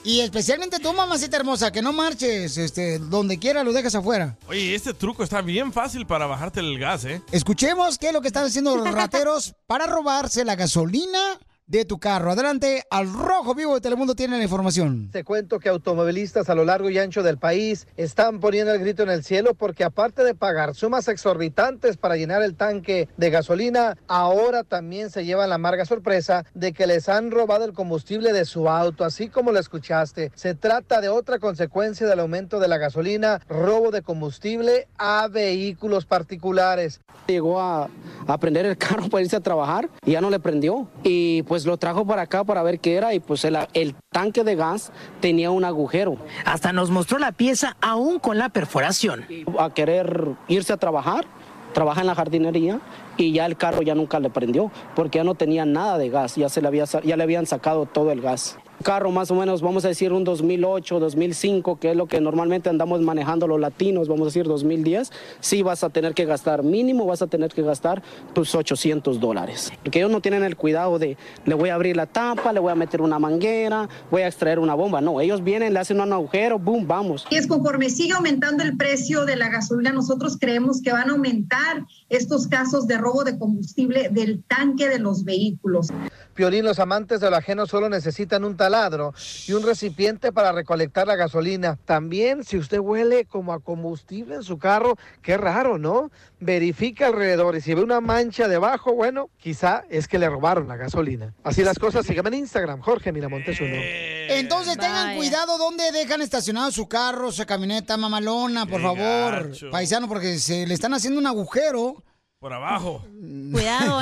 S2: Y especialmente tú, mamacita hermosa, que no marches, este, donde quiera lo dejas afuera.
S9: Oye, este truco está bien fácil para bajarte el gas, ¿eh?
S2: Escuchemos qué es lo que están haciendo los rateros para robarse la gasolina de tu carro. Adelante, al rojo vivo de Telemundo tiene la información.
S5: Te cuento que automovilistas a lo largo y ancho del país están poniendo el grito en el cielo porque aparte de pagar sumas exorbitantes para llenar el tanque de gasolina, ahora también se llevan la amarga sorpresa de que les han robado el combustible de su auto, así como lo escuchaste. Se trata de otra consecuencia del aumento de la gasolina, robo de combustible a vehículos particulares.
S24: Llegó a, a prender el carro para irse a trabajar y ya no le prendió. Y pues lo trajo para acá para ver qué era y pues el, el tanque de gas tenía un agujero. Hasta nos mostró la pieza aún con la perforación. A querer irse a trabajar, trabaja en la jardinería y ya el carro ya nunca le prendió porque ya no tenía nada de gas, ya, se le, había, sa- ya le habían sacado todo el gas. Carro más o menos, vamos a decir un 2008, 2005, que es lo que normalmente andamos manejando los latinos, vamos a decir 2010, sí vas a tener que gastar mínimo, vas a tener que gastar tus 800 dólares. Porque ellos no tienen el cuidado de, le voy a abrir la tapa, le voy a meter una manguera, voy a extraer una bomba. No, ellos vienen, le hacen un agujero, boom, vamos.
S6: Y es conforme sigue aumentando el precio de la gasolina, nosotros creemos que van a aumentar estos casos de robo de combustible del tanque de los vehículos.
S5: Piolín, los amantes de lo ajeno solo necesitan un taladro y un recipiente para recolectar la gasolina. También, si usted huele como a combustible en su carro, qué raro, ¿no? Verifica alrededor y si ve una mancha debajo, bueno, quizá es que le robaron la gasolina. Así las cosas, síganme en Instagram, Jorge Miramontes uno.
S2: Entonces tengan cuidado donde dejan estacionado su carro, su camioneta mamalona, por favor,
S9: gacho.
S2: paisano, porque se le están haciendo un agujero.
S9: Por abajo.
S3: Cuidado,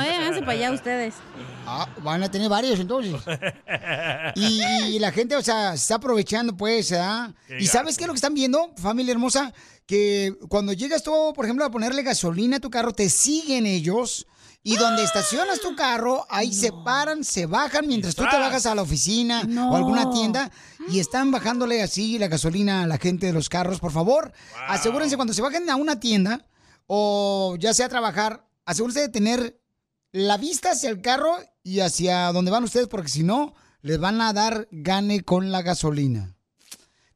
S3: eh, háganse para allá ustedes.
S2: Ah, van a tener varios entonces. Y, y la gente, o sea, se está aprovechando, pues, ¿ah?
S15: Qué
S2: ¿Y sabes qué es lo que están viendo, familia hermosa? Que cuando llegas tú, por ejemplo, a ponerle gasolina a tu carro, te siguen ellos Y donde estacionas tu carro, ahí se paran, se bajan mientras tú te
S7: ¡Tras!
S2: bajas a la oficina o alguna tienda y están bajándole así la gasolina a la gente de los carros. Por favor, asegúrense cuando se bajen a una tienda o ya sea a trabajar, asegúrense de tener la vista hacia el carro y hacia donde van ustedes porque si no, les van a dar gane con la gasolina.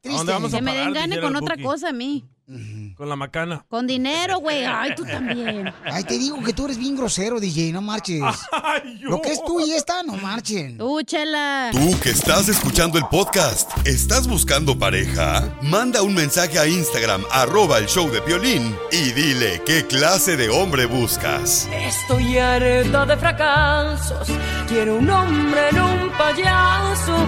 S9: ¿A dónde vamos a
S3: que me den
S9: parar,
S3: gane
S9: dijera
S3: con
S9: el
S3: otra
S9: Buki?
S3: cosa a mí.
S9: Con la macana.
S3: Con dinero, güey. Ay, tú también.
S2: Ay, te digo que tú eres bien grosero, DJ, no marches.
S9: Ah.
S2: Lo que es tú y esta, no marchen.
S3: Tú, chela.
S11: Tú que estás escuchando el podcast, ¿estás buscando pareja? Manda un mensaje a Instagram, arroba el show de Piolín, y dile qué clase de hombre buscas.
S15: Estoy harta de fracasos. Quiero un hombre en un payaso.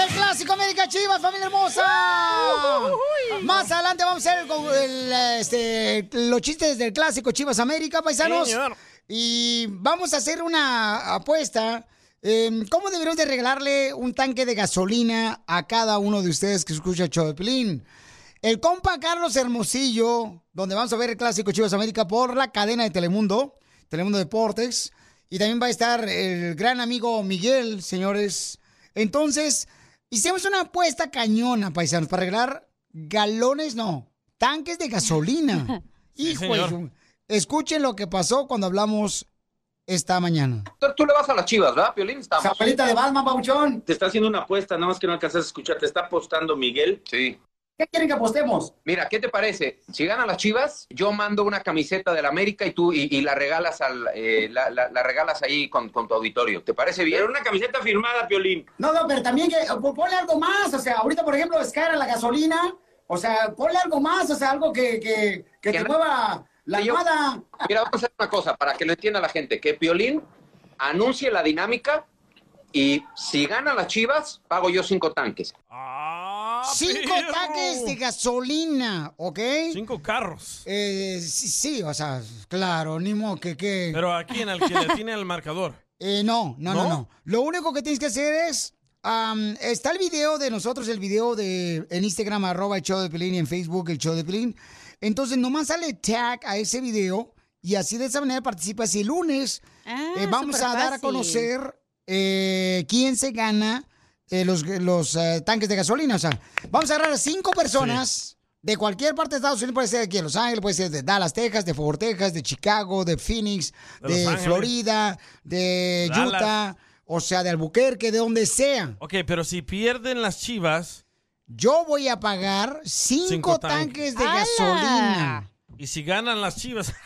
S2: El clásico América Chivas, familia hermosa.
S3: Uh,
S2: Más adelante vamos a hacer el con- el, este, los chistes del clásico Chivas América, paisanos.
S15: Señor.
S2: Y vamos a hacer una apuesta. Eh, ¿Cómo deberíamos de regalarle un tanque de gasolina a cada uno de ustedes que escucha el show de Piolín? El compa Carlos Hermosillo, donde vamos a ver el clásico Chivas América por la cadena de Telemundo, Telemundo Deportes. Y también va a estar el gran amigo Miguel, señores. Entonces, hicimos una apuesta cañona, paisanos, para regalar galones, no, tanques de gasolina.
S25: Sí,
S2: Hijo, de
S25: señor.
S2: su- escuchen lo que pasó cuando hablamos esta mañana.
S25: Tú, tú le vas a las chivas, ¿verdad, Piolín? Estamos.
S2: Zapalita de Batman, Pabuchón.
S25: Te está haciendo una apuesta, nada más que no alcanzas a escuchar. Te está apostando Miguel. Sí.
S2: ¿Qué quieren que apostemos?
S25: Mira, ¿qué te parece? Si ganan las chivas, yo mando una camiseta del América y tú y, y la regalas al, eh, la, la- la regalas ahí con, con tu auditorio. ¿Te parece bien?
S26: Pero una camiseta firmada, Piolín.
S2: No, no, pero también que po- ponle algo más, o sea, ahorita por ejemplo es cara la gasolina, o sea, ponle algo más, o sea, algo que, que, que te
S25: Que no-
S2: mueva la
S25: que yo-
S2: almohada.
S25: Mira, vamos a hacer una cosa para que lo entienda la gente. Que Piolín anuncie la dinámica y si ganan las chivas, pago yo cinco tanques.
S2: Cinco
S23: Ah,
S2: tanques de gasolina, ¿ok?
S9: Cinco carros.
S2: Eh, sí, sí, o sea, claro, ni modo que... que...
S9: Pero aquí en el que le tiene el marcador.
S2: Eh, no, no, no,
S9: ¿No?
S2: no. Lo único que tienes que hacer es. am, está el video de nosotros, el video de en Instagram, arroba el show de Pelín, y en Facebook, el show de Pelín. Entonces, nomás sale tag a ese video y así de esa manera participas. Y el lunes eh,
S9: Ah,
S2: vamos a dar a
S3: superfácil.
S2: conocer eh, quién se gana eh, los, los, eh, tanques de gasolina. O sea, vamos a agarrar a cinco personas de cualquier parte de Estados Unidos. Puede ser de aquí de Los Ángeles, puede ser de Dallas, Texas, de Fort Worth, Texas, de Chicago, de Phoenix,
S9: De Los
S2: de
S9: Ángeles.
S2: Florida, de
S9: Dallas.
S2: Utah, o sea, de Albuquerque, de donde sea.
S9: Ok, pero si pierden las chivas,
S2: Yo voy a pagar cinco,
S9: Cinco tanques.
S2: tanques. de
S9: ¡Hala!
S2: gasolina.
S9: y si ganan las chivas,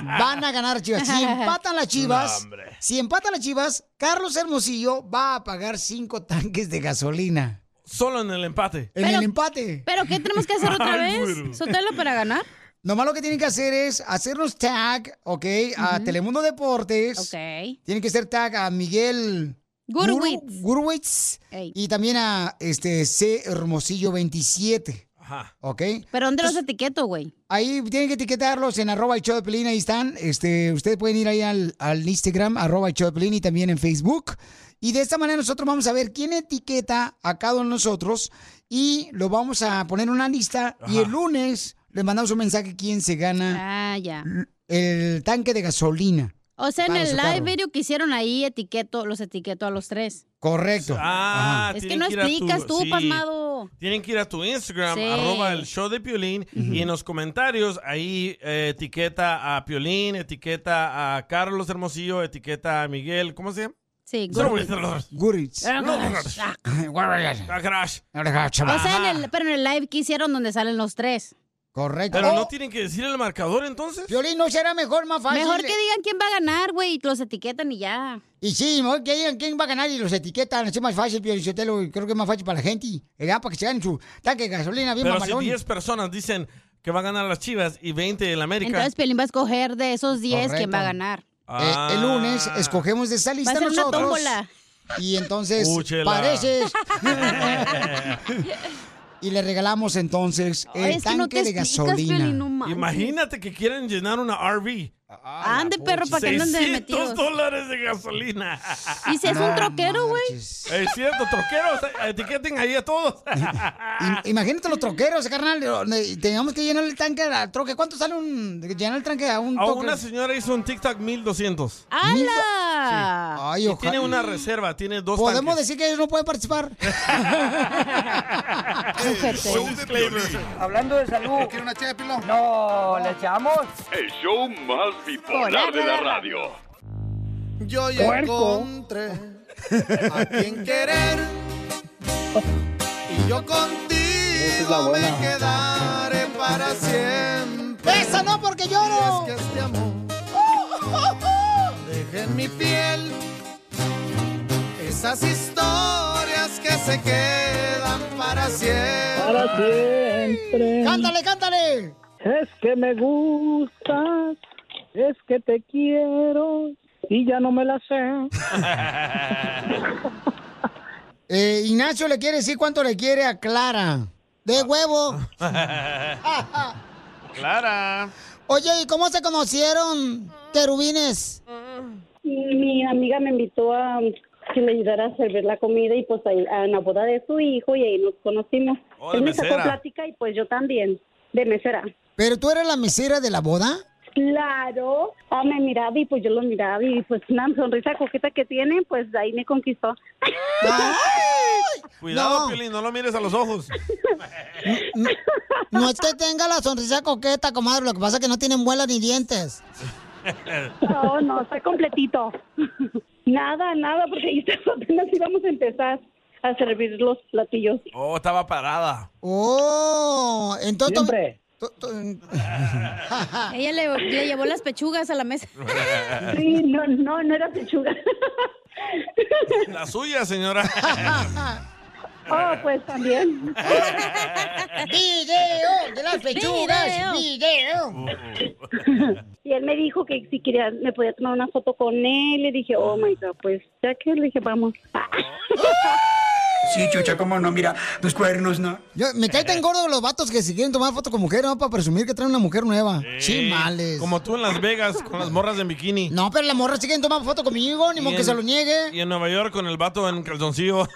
S2: Van a ganar Chivas. Si empatan las
S9: No,
S2: Chivas,
S9: hombre.
S2: si empatan las Chivas, Carlos Hermosillo va a pagar cinco tanques de gasolina.
S9: solo en el empate.
S2: En el empate.
S3: ¿Pero qué tenemos que hacer otra
S2: Ay,
S3: vez?
S2: güero.
S3: Sotelo para ganar.
S2: Nomás lo que tienen que hacer es hacernos tag, ¿ok? A
S3: Ujú.
S2: Telemundo Deportes.
S3: Ok.
S2: Tienen que hacer tag a Miguel
S3: Gurwitz.
S2: Guru- Gurwitz.
S3: Ey.
S2: Y también a este C. Hermosillo 27.
S9: Ajá.
S2: ¿Ok?
S3: ¿Pero dónde los etiqueto, güey?
S2: Ahí tienen que etiquetarlos en arroba el show de Pelín, ahí están. Este, ustedes pueden ir ahí al, al Instagram, arroba el show de Pelín, y también en Facebook. Y de esta manera nosotros vamos a ver quién etiqueta a cada uno de nosotros y lo vamos a poner en una lista y el lunes les mandamos un mensaje quién se gana
S3: Ah, ya.
S2: el tanque de gasolina.
S3: O sea, en
S2: Para
S3: el
S2: su
S3: live
S2: carro.
S3: video que hicieron ahí, etiqueto, los etiqueto a los tres.
S2: Correcto.
S9: Ah,
S3: Es que
S9: tienen
S3: no
S9: ir a tu-
S3: explicas tú,
S9: sí.
S3: pasmado.
S9: Tienen que ir a tu Instagram,
S3: Sí.
S9: arroba el show de Piolín, y en los comentarios ahí eh, etiqueta a Piolín, etiqueta a Carlos Hermosillo, etiqueta a Miguel, ¿cómo se llama?
S3: Sí,
S9: Solo
S3: Guritz.
S9: Guritz.
S2: Guritz.
S3: Ah,
S9: No,
S3: Guritz.
S9: Guritz. Ah, Crash.
S3: O sea, en el, pero en el live que hicieron donde salen los tres.
S2: Correcto.
S9: Pero
S3: Oh.
S9: no tienen que decir el marcador entonces.
S2: Piolín, ¿no será mejor, más fácil?
S3: Mejor que digan quién va a ganar, güey, y los etiquetan y ya.
S2: Y sí, mejor que digan quién va a ganar y los etiquetan. Así Es más fácil, Piolín Sotelo, y Creo que es más fácil para la gente. ¿verdad? Para que se hagan su tanque de gasolina bien
S9: Pero si
S2: mamalón.
S9: 10 personas dicen que va a ganar las Chivas y 20 el América.
S3: Entonces Pelín va a escoger de esos 10 quién va a
S9: Correcto.
S3: ganar.
S9: Ah.
S2: Eh, El lunes escogemos de esa lista
S3: ser una
S2: nosotros.
S3: tómbola.
S2: Y entonces
S9: Úchela.
S2: pareces.
S9: Eh.
S2: y le regalamos entonces el
S3: Ay, es que
S2: tanque
S3: no te
S2: de
S3: explicas,
S2: gasolina.
S3: Piolín, no manches.
S9: Imagínate que quieren llenar una RV.
S2: Ah,
S3: Ande, Ah, perro, para que anden de
S9: 600
S3: metidos.
S9: dólares de gasolina.
S3: Y si es un troquero, güey.
S9: Es cierto, troqueros, eh, etiqueten ahí a todos.
S2: Im- Imagínate los troqueros, carnal. donde Teníamos que llenar el tanque al troque. ¿Cuánto sale un llenar el tanque a un
S9: A
S2: troque?
S9: una señora hizo un TikTok 1200.
S3: ¡Hala!
S2: Ay,
S9: Y
S2: ojalá.
S9: tiene una reserva, tiene dos
S2: Podemos decir que ellos no pueden participar.
S7: Hablando de salud. ¿Quiere una ché No, ¿le echamos?
S27: El show más bipolar de la radio.
S16: Yo ya
S27: Puerco.
S16: encontré a quien querer. Y yo contigo me quedaré para siempre.
S2: ¡Esa no, porque lloro!
S16: Y es que este amor dejé en mi piel esas historias que se quedan para siempre.
S18: Para siempre.
S2: ¡Cántale, cántale!
S18: Es que me gustas, es que te quiero y ya no me la sé.
S2: Eh, Ignacio le quiere decir cuánto le quiere a Clara.
S18: Ah.
S2: De huevo.
S9: Clara.
S2: Oye, ¿y cómo se conocieron, querubines?
S18: Mi amiga me invitó a um, que me ayudara a servir la comida y pues ahí, a la boda de su hijo y ahí nos conocimos.
S2: Oh, de
S18: Él me sacó
S2: mesera.
S18: plática y pues yo también, de mesera.
S2: ¿Pero tú eras la mesera de la boda?
S18: Claro, ah, me miraba y pues yo lo miraba y pues una sonrisa coqueta que tiene, pues ahí me conquistó.
S9: Cuidado,
S2: No.
S9: Piolín, no lo mires a los ojos.
S2: No es que tenga la sonrisa coqueta, comadre. Lo que pasa es que no tienen muelas ni dientes.
S18: No, no, está completito. Nada, nada, porque ahí está- apenas íbamos a empezar a servir los platillos.
S9: Oh, estaba parada.
S2: Oh, entonces...
S18: Siempre.
S3: Ella le, le llevó las pechugas a la mesa.
S18: Sí, no, no, no era pechuga.
S9: La suya, señora.
S18: Oh, pues también.
S2: ¡Video de las pechugas! ¡Video!
S18: Y él me dijo que si quería, me podía tomar una foto con él. Le dije, oh my God, pues ya que le dije, vamos.
S16: Sí, chucha, cómo no, mira, los cuernos, ¿no?
S2: Yo- me caen tan gordos los vatos que si quieren tomar foto con mujer, ¿no? Para presumir que traen una mujer nueva. Chimales.
S9: Como tú en Las Vegas con las morras en bikini.
S2: No, pero la morra sí quieren tomar foto conmigo, ni
S9: Y
S2: modo que
S9: en-
S2: se lo niegue.
S9: Y en Nueva York con el vato en calzoncillo.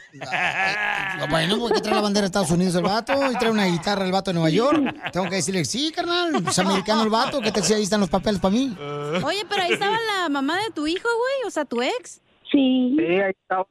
S2: Bueno, porque trae la bandera de Estados Unidos el vato y trae una guitarra el vato de Nueva York. Tengo que decirle, sí, carnal, es americano el vato, que te si ahí están los papeles para mí.
S3: Oye, pero ahí estaba la mamá de tu hijo, güey, o sea, tu ex.
S18: Sí.
S16: ahí está.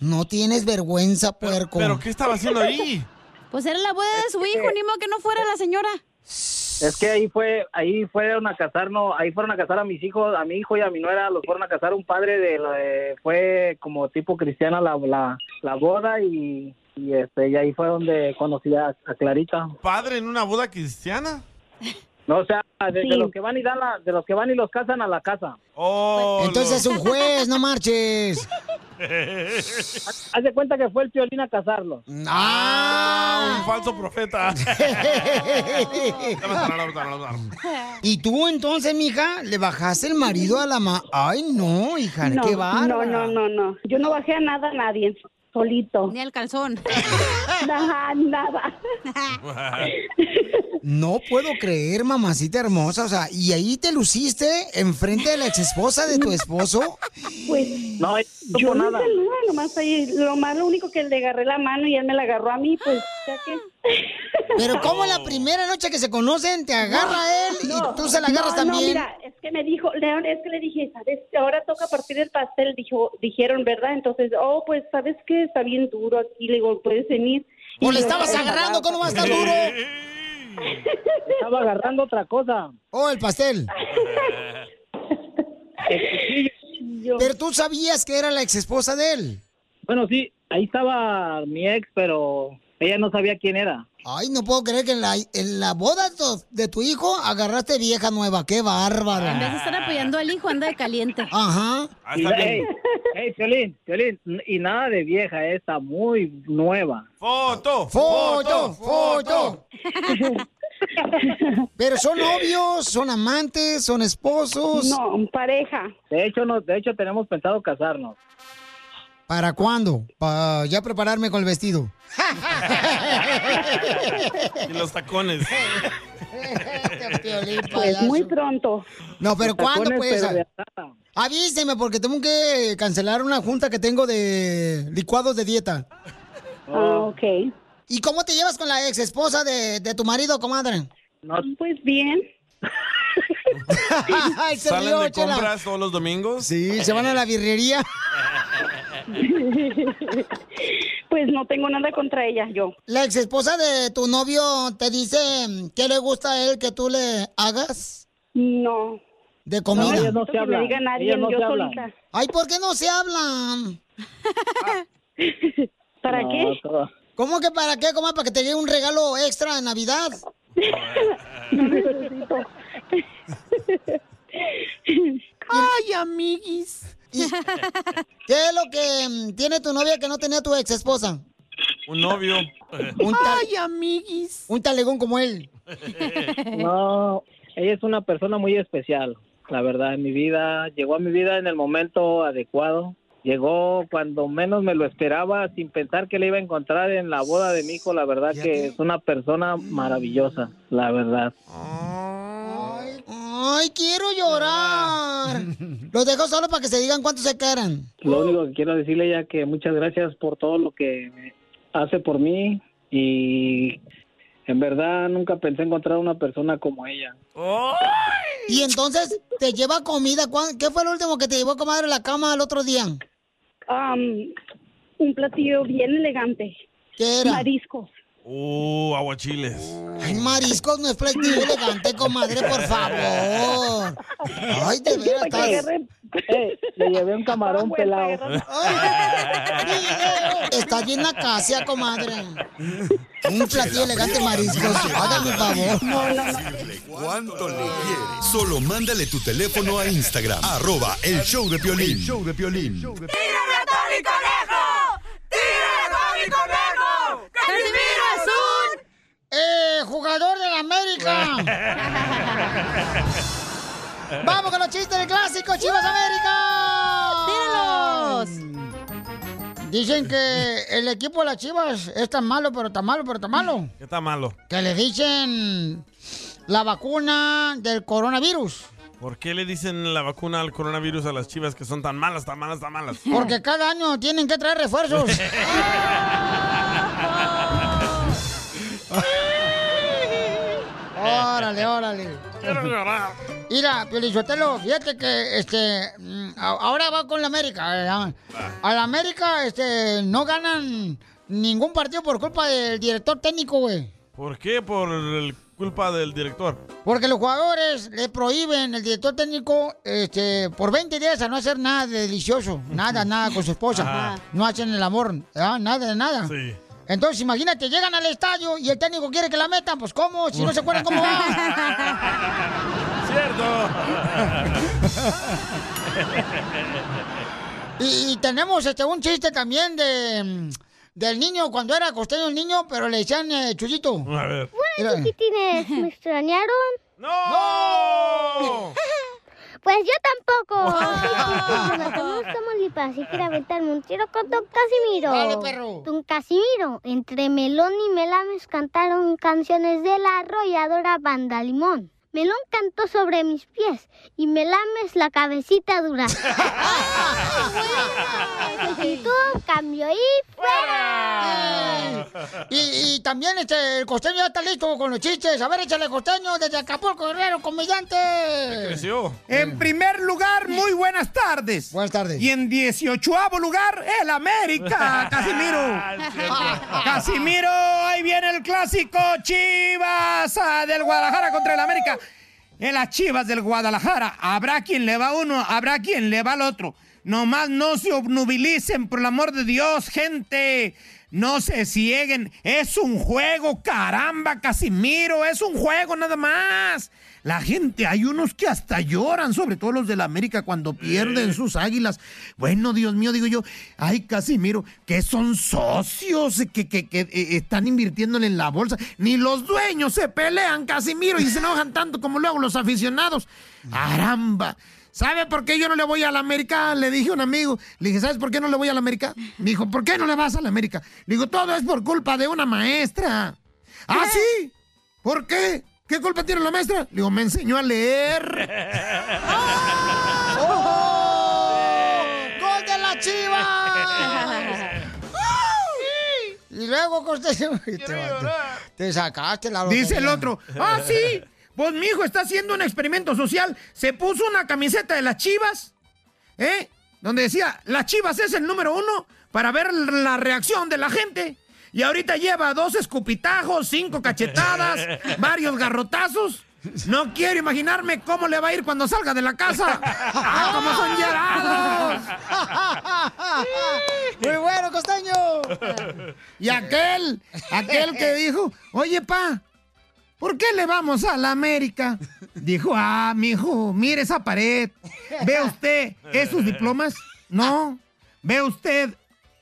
S2: No tienes vergüenza, puerco.
S9: ¡Eh! ¿Pero qué estaba haciendo ahí?
S3: Pues era la boda de su hijo, ni modo que no fuera la señora.
S18: Es que ahí fue, ahí fueron a casar, no, ahí fueron a casar a mis hijos, a mi hijo y a mi nuera, los fueron a casar un padre de, la- de- fue como tipo cristiana la, la, la boda y, y este, y ahí fue donde conocí a, a Clarita.
S9: ¿Padre en una boda cristiana?
S18: No, o sea, de, de
S9: Sí.
S18: los que van y dan la- de los que van y los casan a la casa.
S9: Oh,
S2: Entonces es un juez, no marches.
S18: Haz de cuenta que fue el piolín a casarlos.
S2: Mm.
S9: Ah, un falso profeta.
S2: Y tú entonces, mija, le bajaste el marido a la ma... Ay, no, hija,
S18: no,
S2: qué bárbara.
S18: no, no, no, no. Yo no bajé a nada a nadie, solito.
S3: Ni al calzón.
S18: nada, nada.
S2: No puedo creer, mamacita hermosa. O sea, y ahí te luciste enfrente de la exesposa de tu esposo.
S18: Pues
S2: no,
S18: Yo no hice nada, nomás ahí, lo más lo único que le agarré la mano y él me la agarró a mí, pues ya que...
S2: Pero como la primera noche que se conocen te agarra él y tú se la agarras
S18: No, no,
S2: también.
S18: mira, es que me dijo, León, es que le dije, ¿sabes? qué? Ahora toca partir el pastel, dijo, dijeron, ¿verdad? Entonces, oh, pues, ¿sabes qué? Está bien duro aquí, le digo, puedes venir.
S2: Pues le
S18: Y yo,
S2: estabas
S18: "Ay,
S2: agarrando, ¿cómo va a estar duro?
S16: Estaba agarrando otra cosa.
S2: Oh, el pastel. Pero tú sabías que era la ex esposa de él.
S16: Bueno, sí, ahí estaba mi ex, pero ella no sabía quién era.
S2: Ay, no puedo creer que en la, en la boda de tu, de tu hijo agarraste vieja nueva. ¡Qué Ah, bárbaro!
S3: En vez de estar apoyando al hijo, anda de caliente.
S2: Ajá.
S16: Y la- Ey, ey, Piolín, Piolín, n- y nada de vieja, está muy nueva.
S9: ¡Foto!
S2: ¡Foto! ¡Foto! Pero son novios, son amantes, son esposos.
S16: No,
S18: pareja.
S16: De hecho, no, de hecho tenemos pensado casarnos.
S2: ¿Para cuándo? Para ya prepararme con el vestido.
S9: Y los tacones.
S18: Pues muy pronto.
S2: No, pero
S18: Los
S2: ¿cuándo
S18: tacones,
S2: pues?
S18: pero de
S2: Avíseme porque tengo que cancelar una junta que tengo de licuados de dieta.
S18: Ah, ok.
S2: ¿Y cómo te llevas con la ex esposa de, de tu marido, comadre?
S18: Pues bien.
S2: Ay, se
S9: ¿Salen
S2: rió,
S9: de
S2: Chela.
S9: compras todos los domingos?
S2: Sí, se van a la birrería.
S18: Pues no tengo nada contra ella, yo.
S2: ¿La ex esposa de tu novio te dice qué le gusta a él que tú le hagas?
S18: No.
S2: ¿De comida?
S18: No, ellas no se Que me hablan, digan a alguien, ellas no yo se hablan. solita.
S2: Ay, ¿por qué no se hablan?
S18: ¿Para
S16: No,
S2: qué?
S16: todo-
S2: ¿Cómo que para qué, comadre? ¿Para que te llegue un regalo extra de Navidad?
S15: Ay, amiguis.
S2: ¿Y ¿Qué es lo que mm, tiene tu novia que no tenía tu ex esposa?
S9: Un novio.
S2: Ay, amiguis. Un talegón como él.
S16: No, ella es una persona muy especial, la verdad, en mi vida. Llegó a mi vida en el momento adecuado. Llegó cuando menos me lo esperaba, sin pensar que le iba a encontrar en la boda de mi hijo. La verdad que es una persona maravillosa, la verdad.
S2: Ay, quiero llorar. Los dejo solo para que se digan cuántos se quedan.
S16: Lo único que quiero decirle ya que muchas gracias por todo lo que me hace por mí y en verdad nunca pensé encontrar una persona como ella.
S2: Y entonces te lleva comida. ¿Cuán- ¿Qué fue lo último que te llevó comadre a la cama el otro día?
S18: un platillo bien elegante.
S2: ¿Qué era?
S18: Mariscos.
S9: Uh, aguachiles.
S2: Ay, mariscos no es platillo elegante, comadre, por favor. Ay, de veras,
S16: Para que
S2: estás-
S16: Eh, le llevé un camarón pelado.
S2: Estás bien acacia, comadre. Un platillo elegante mariscos. Hágame el favor.
S11: ¿Cuánto le quieres? Solo mándale tu teléfono a Instagram. Arroba el show de Piolín.
S15: El
S11: show de Piolín.
S15: ¡Tírame a Tony Conejo! ¡Tírame a Tony Conejo! ¡Casimiro es un...
S2: ¡Eh, jugador de la América! ¡Vamos con los chistes del clásico, Chivas América! ¡Tíralos! Dicen que el equipo de las Chivas es tan malo, pero tan malo, pero tan malo,
S9: ¿Qué está malo?
S2: que le dicen la vacuna del coronavirus.
S9: ¿Por qué le dicen la vacuna al coronavirus a las chivas que son tan malas, tan malas, tan malas?
S2: Porque cada año tienen que traer refuerzos. Órale, órale.
S15: Quiero llorar.
S2: Mira, Piolizotelo, fíjate que este mm, a- ahora va con la América. ¿verdad? A la América este no ganan ningún partido por culpa del director técnico, güey.
S9: ¿Por qué? Por el- culpa del director.
S2: Porque los jugadores le prohíben el director técnico este por 20 días a no hacer nada de delicioso, nada, nada con su esposa.
S9: Ajá.
S2: No hacen el amor, ¿verdad? nada de nada.
S9: Sí.
S2: Entonces, imagínate, llegan al estadio y el técnico quiere que la metan, pues ¿cómo? Si no se acuerdan cómo va.
S15: ¡Cierto!
S2: Y, y tenemos este un chiste también de mm, del niño, cuando era costeño el niño, pero le decían eh, Chuyito.
S9: A ver.
S2: Mira.
S1: chiquitines, ¿me extrañaron?
S9: ¡No!
S1: Pues yo tampoco. Soy Cristian de Matamoros, Tamaulipas, y quiero aventarme un tiro con Don Casimiro.
S15: Dale, perro.
S1: Don Casimiro, entre Melón y Melames cantaron canciones de la arrolladora banda Limón. Melón cantó sobre mis pies y Melames la cabecita dura. Soy tú,
S19: cambio y
S9: Ah.
S19: fuera.
S2: Y, y también este, el costeño ya está listo con los chistes. A ver, échale costeño desde Acapulco, Guerrero, comediante.
S9: Creció.
S28: En primer lugar, muy buenas tardes.
S2: Buenas tardes.
S28: Y en 18 lugar, el América, Casimiro. Casimiro, ahí viene el clásico Chivas ah, del Guadalajara contra el América. En las Chivas del Guadalajara, habrá quien le va a uno, habrá quien le va al otro. Nomás no se obnubilicen, por el amor de Dios, gente. No se cieguen. Es un juego, caramba, Casimiro. Es un juego nada más. La gente, hay unos que hasta lloran, sobre todo los de la América, cuando pierden sus águilas. Bueno, Dios mío, digo yo, ay, Casimiro, que son socios que, que- que, eh, están invirtiéndole en la bolsa. Ni los dueños se pelean, Casimiro, y se enojan tanto como luego los aficionados. Caramba. ¿Sabe por qué yo no le voy a la América? Le dije a un amigo. Le dije, ¿sabes por qué no le voy a la América? Me dijo, ¿por qué no le vas a la América? Le digo, todo es por culpa de una maestra. ¿Ah, sí? ¿Por qué? ¿Qué culpa tiene la maestra? Le digo, me enseñó a leer.
S2: ¡Oh! ¡Gol de la Chivas! y luego costeño. Te, te sacaste la
S28: Dice
S2: lotería.
S28: el otro, ah, sí, pues mi hijo está haciendo un experimento social. Se puso una camiseta de las chivas, ¿eh? Donde decía, las chivas es el número uno para ver la reacción de la gente. Y ahorita lleva dos escupitajos, cinco cachetadas, varios garrotazos. No quiero imaginarme cómo le va a ir cuando salga de la casa. ¡Ah, cómo son llorados!
S2: Muy bueno, costeño.
S28: Y aquel, aquel que dijo, oye, pa, ¿por qué le vamos a la América? Dijo, ah, mijo, mire esa pared. ¿Ve usted esos diplomas? No. ¿Ve usted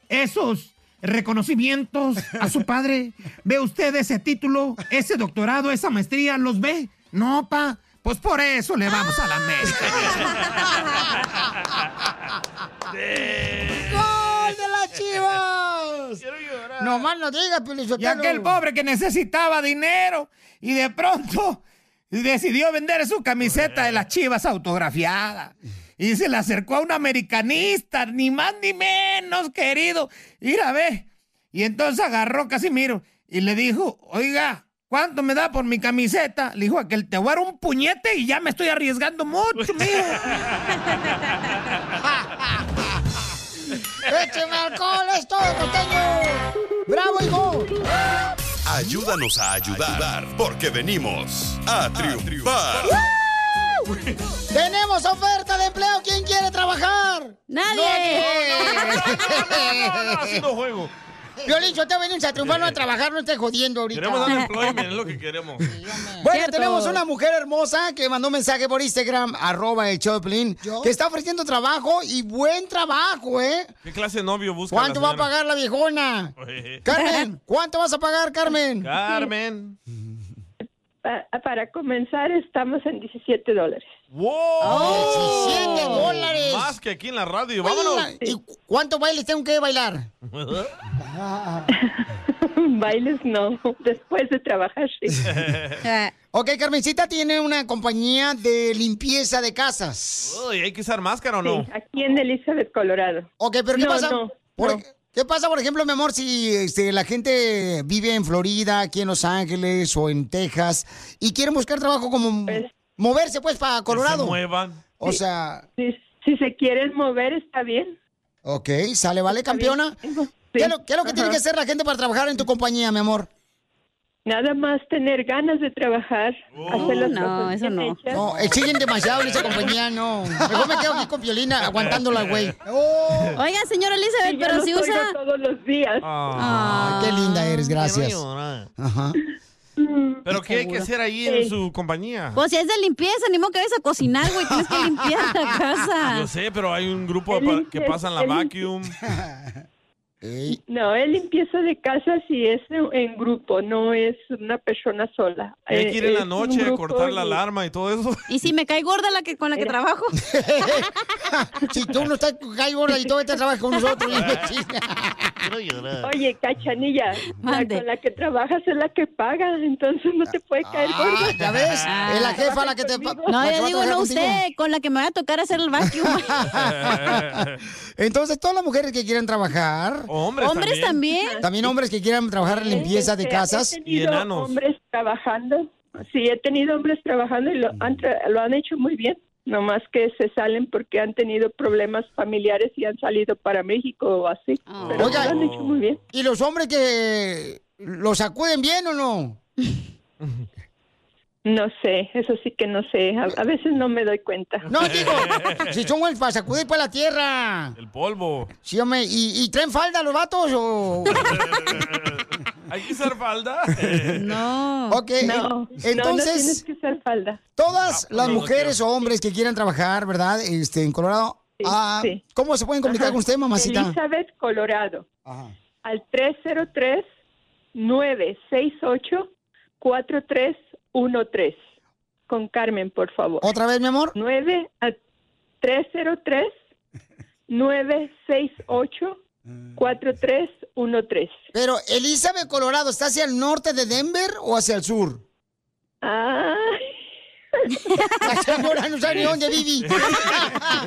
S28: esos reconocimientos a su padre? ¿Ve usted ese título, ese doctorado, esa maestría? ¿Los ve? No, pa. Pues por eso le vamos a la América.
S2: ¡Gol de las chivas! Quiero llorar. Nomás no digas, Piolín
S28: Y aquel pobre que necesitaba dinero y de pronto decidió vender su camiseta de las chivas autografiada. Y se le acercó a un americanista, ni más ni menos, querido. Ir a ver. Y entonces agarró a Casimiro y le dijo, oiga, ¿cuánto me da por mi camiseta? Le dijo aquel, te voy a dar un puñete y ya me estoy arriesgando mucho, mijo.
S2: ¡Écheme alcohol! ¡Es todo, costeño! ¡Bravo, hijo!
S11: Ayúdanos a ayudar, porque venimos a triunfar.
S2: ¡Tenemos oferta de empleo! ¿Quién quiere trabajar?
S3: ¡Nadie!
S9: No, no, haciendo juego.
S2: Violín, yo te venimos a triunfar, no a trabajar, no estés jodiendo ahorita.
S9: Queremos dar employment, es lo que queremos.
S2: Bueno, tenemos una mujer hermosa que mandó un mensaje por Instagram, arroba el Choplin, que está ofreciendo trabajo y buen trabajo, ¿eh?
S9: ¿Qué clase de novio busca? la
S2: ¿Cuánto va a
S9: señora?
S2: pagar la viejona?
S9: Oye.
S2: Carmen, ¿cuánto vas a pagar, Carmen?
S9: Carmen.
S20: Pa- ah, para comenzar, estamos en 17 dólares.
S9: ¡Wow!
S2: ¡Oh! 17 dólares.
S9: Ah, Más que aquí en la radio.
S2: Oye,
S9: ¡Vámonos!
S2: ¿Y cu- cuántos bailes tengo que bailar?
S20: Bailes no, después de trabajar sí.
S2: ok, Carmencita tiene una compañía de limpieza de casas.
S9: Uy, ¿Hay que usar máscara o no?
S20: Sí, aquí en Elizabeth, Colorado.
S2: Ok, pero ¿qué
S20: No,
S2: pasa?
S20: no,
S2: por,
S20: no.
S2: ¿Qué pasa, por ejemplo, mi amor, si este, la gente vive en Florida, aquí en Los Ángeles o en Texas y quieren buscar trabajo como moverse pues para Colorado?
S9: se muevan.
S2: O
S20: Sí.
S2: sea,
S20: Si, si se quieren mover, está bien.
S2: ok, sale, vale,
S20: Está
S2: campeona.
S20: bien.
S2: ¿Qué es lo, qué es lo que tiene
S20: Ajá.
S2: que hacer la gente para trabajar en tu compañía, mi amor?
S20: Nada más tener ganas de trabajar,
S9: Oh,
S20: hacer las cosas bien hechas.
S2: No, exigen demasiado en esa compañía, no. Mejor me quedo aquí con Piolina aguantándola, güey.
S3: Oiga, señora Oh. Elizabeth,
S20: Sí, yo
S3: pero
S20: los
S3: si
S20: oigo
S3: usa...
S20: todos los días.
S9: Ah.
S2: Ay, qué linda eres, gracias.
S9: Quiero llorar.
S2: Ajá.
S9: ¿Pero qué hay que
S3: Seguro.
S9: hacer ahí
S3: Sí.
S9: en su compañía?
S3: Pues si es de limpieza, ni modo que vayas a cocinar, güey. Tienes que limpiar la
S9: Yo
S3: casa.
S9: sé, pero hay un grupo pa- que pasan la
S20: el-
S9: vacuum.
S20: No, es limpieza de casa si es en, en grupo, no es una persona sola.
S9: Hay que ir en
S20: Eh,
S9: la
S20: es
S9: noche
S20: un
S9: a
S20: grupo
S9: cortar la
S20: y-
S9: alarma y todo eso.
S3: Y si me cae gorda la que con
S20: Eh.
S3: la que trabajo.
S2: si tú no estás cae gorda y todo este trabajo con nosotros, imbécil.
S20: Oye, cachanilla, la con la que trabajas es la que paga, entonces no te puede caer
S2: Ah,
S20: gorda.
S2: ¿ya ves? Es la jefa la que te... pa- la
S3: No,
S2: que va
S3: yo
S2: a
S3: digo,
S2: trabajar
S3: no,
S2: contigo.
S3: usted, con la que me va a tocar hacer el vacuum.
S2: Entonces, todas las mujeres que quieren trabajar
S9: O hombres ¿Hombres también. también?
S2: También hombres que quieran trabajar en limpieza de
S20: Este, he
S2: casas.
S20: tenido hombres trabajando. Sí, he tenido hombres trabajando y lo
S2: Mm.
S20: han, tra- lo han hecho muy bien. Nomás que se salen porque han tenido problemas familiares y han salido para México o así. Pero
S2: Oiga,
S20: lo han hecho muy bien.
S2: ¿Y los hombres que los acuden bien o no?
S20: No sé, eso sí que no sé. A, a veces no me doy cuenta.
S2: No, digo, si son el para sacudir para la tierra.
S9: El polvo.
S2: Sí, hombre, ¿y, y traen falda los vatos o...?
S9: ¿Hay que usar falda?
S2: No. Ok,
S9: No,
S20: no, no
S2: entonces...
S20: tienes que usar falda.
S2: Todas las
S20: no, no
S2: mujeres o hombres que quieran trabajar, ¿verdad? Este, en Colorado.
S20: Sí,
S2: ah,
S20: sí.
S2: ¿Cómo se pueden comunicar
S20: Ajá.
S2: con usted, mamacita?
S20: Elizabeth, Colorado. Al 303-968-4313. Con Carmen, por favor.
S2: ¿Otra vez, mi amor?
S20: 9 al 303-968-4313.
S2: Pero, Elizabeth, Colorado, ¿está hacia el norte de Denver o hacia el sur?
S20: Ah.
S2: La señora no sabe ni dónde vive.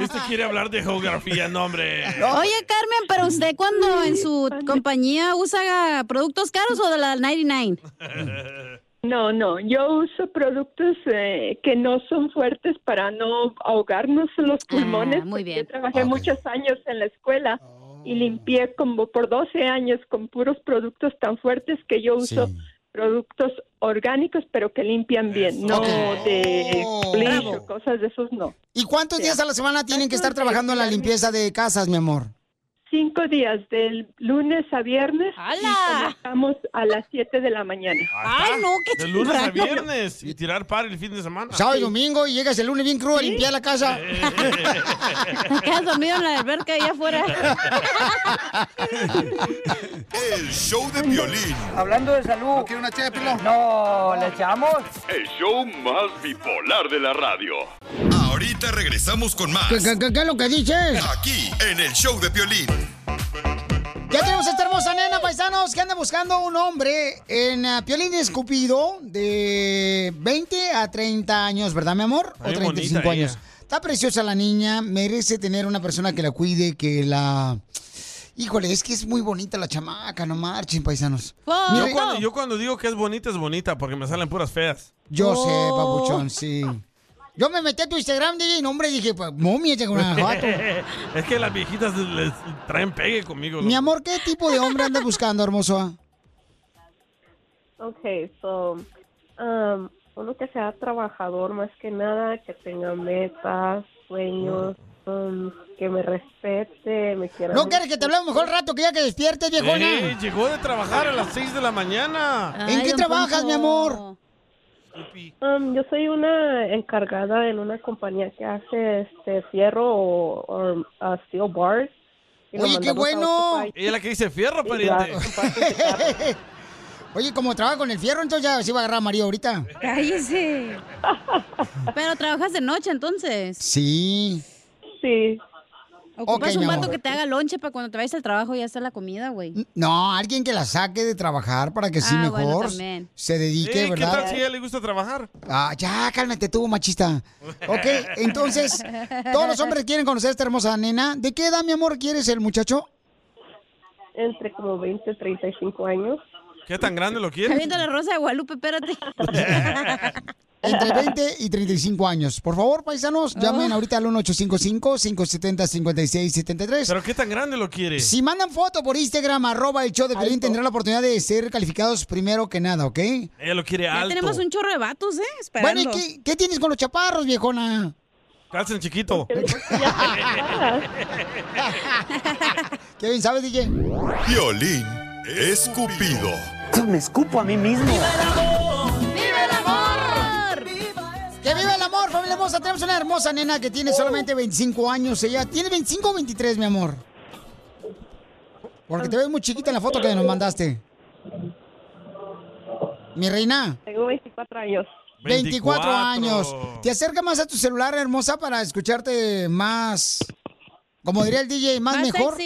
S9: Este quiere hablar de geografía, no, hombre.
S3: Oye, Carmen, pero usted cuando en su compañía usa productos caros o de la 99?
S20: No, no, yo uso productos eh, que no son fuertes para no ahogarnos los pulmones.
S3: Ah, muy
S20: porque
S3: bien.
S20: Yo trabajé muchos años en la escuela
S2: Oh.
S20: y limpié como por 12 años con puros productos tan fuertes que yo uso productos orgánicos pero que limpian bien, no de
S3: Oh,
S20: bleach o cosas de esos no.
S2: ¿Y cuántos
S20: Sí.
S2: días a la semana tienen que estar
S20: Trato de
S2: trabajando en la limpieza de casas, mi amor?
S20: Cinco días, del lunes a viernes. Y comenzamos a las 7 de la mañana.
S9: Ay, De lunes a viernes y tirar par el fin de semana.
S2: Sábado y domingo y llegas el lunes bien crudo a limpiar la casa.
S3: Quedas dormido en la alberca allá afuera.
S11: El show de violín.
S7: Hablando de salud. ¿No quiere una ché No, ¿le echamos?
S27: El show más bipolar de la radio.
S11: Ahorita regresamos con más.
S2: ¿Qué, qué- qué- qué es lo que dices?
S11: Aquí, en el show de violín.
S2: Ya tenemos a esta hermosa nena, paisanos, que anda buscando un hombre en ah, Piolín Escupido de 20 a 30 años, ¿verdad, mi amor? O
S9: Ay,
S2: 35
S9: bonita
S2: años.
S9: ella.
S2: Está preciosa la niña, merece tener una persona que la cuide, que la... Híjole, es que es muy bonita la chamaca, no marchen, paisanos.
S9: Yo
S2: Mire,
S9: cuando, yo cuando digo que es bonita, es bonita porque me salen puras feas.
S2: Yo sé,
S9: Oh.
S2: papuchón, sí. Yo me metí a tu Instagram, DJ, y no, hombre, dije, pues, momia, llegó un Guanajuato.
S9: es que las viejitas les traen pegue conmigo.
S2: Mi
S9: loco.
S2: amor, ¿qué tipo de hombre andas buscando, hermoso? ah?
S23: Okay, so, um, uno que sea trabajador más que nada, que tenga metas, sueños, um, que me respete, me quiera.
S2: ¿No
S23: mucho.
S2: quieres que te hablemos mejor rato que ya que despiertes,
S9: Ey,
S2: viejona?
S9: llegó de trabajar a las 6 de la mañana.
S2: ¿En qué trabajas, mi amor?
S23: Um, yo soy una encargada en una compañía que hace este fierro o, o, um, uh, steel bars. y lo
S2: Oye, qué
S23: mandamos a otro
S2: bueno.
S23: país.
S9: Ella es la que dice fierro,
S23: Sí,
S9: pariente.
S2: Oye, como trabaja con el fierro, entonces ya se va a agarrar a María ahorita.
S3: Cállese. Pero trabajas de noche entonces.
S2: Sí.
S23: Sí.
S3: Ocupas
S2: Ok, mi
S3: un vato
S2: amor.
S3: que te haga lonche para cuando te vayas al trabajo y hacer la comida, güey.
S2: No, alguien que la saque de trabajar para que sí
S3: Ah, bueno,
S2: mejor
S3: también.
S2: se dedique,
S9: Ey, ¿Qué
S2: ¿verdad?
S9: tal si a ella le gusta trabajar?
S2: Ah, ya, cálmate tú, machista. Ok, entonces, todos los hombres quieren conocer a esta hermosa nena. ¿De qué edad, mi amor, quieres el muchacho?
S23: Entre como 20, 35 años.
S9: ¿Qué tan grande lo quiere?
S3: Viendo la rosa de Guadalupe, espérate.
S2: Entre 20 y 35 años. Por favor, paisanos,
S9: Ah.
S2: llamen ahorita al 1855-570-5673.
S9: ¿Pero qué tan grande lo quiere?
S2: Si mandan foto por Instagram, arroba el show de Pelín, tendrán la oportunidad de ser calificados primero que nada, ¿ok?
S9: Ella lo quiere
S3: Ya
S9: alto.
S3: tenemos un chorro de vatos, ¿eh?
S2: Bueno,
S3: Esperando.
S2: ¿y qué, qué tienes con los chaparros, viejona?
S9: Calcen chiquito.
S2: ¿Qué bien sabes, DJ?
S11: Violín escupido.
S2: Me escupo a mí mismo.
S3: ¡Vive el amor!
S2: ¡Que viva el amor, familia hermosa! Tenemos una hermosa nena que tiene solamente 25 años. Ella tiene 25 o 23, mi amor. Porque te ves muy chiquita en la foto que nos mandaste. Mi reina.
S23: Tengo 24 años.
S2: 24, años. Te acerca más a tu celular, hermosa, para escucharte más. Como diría el DJ, más, mejor.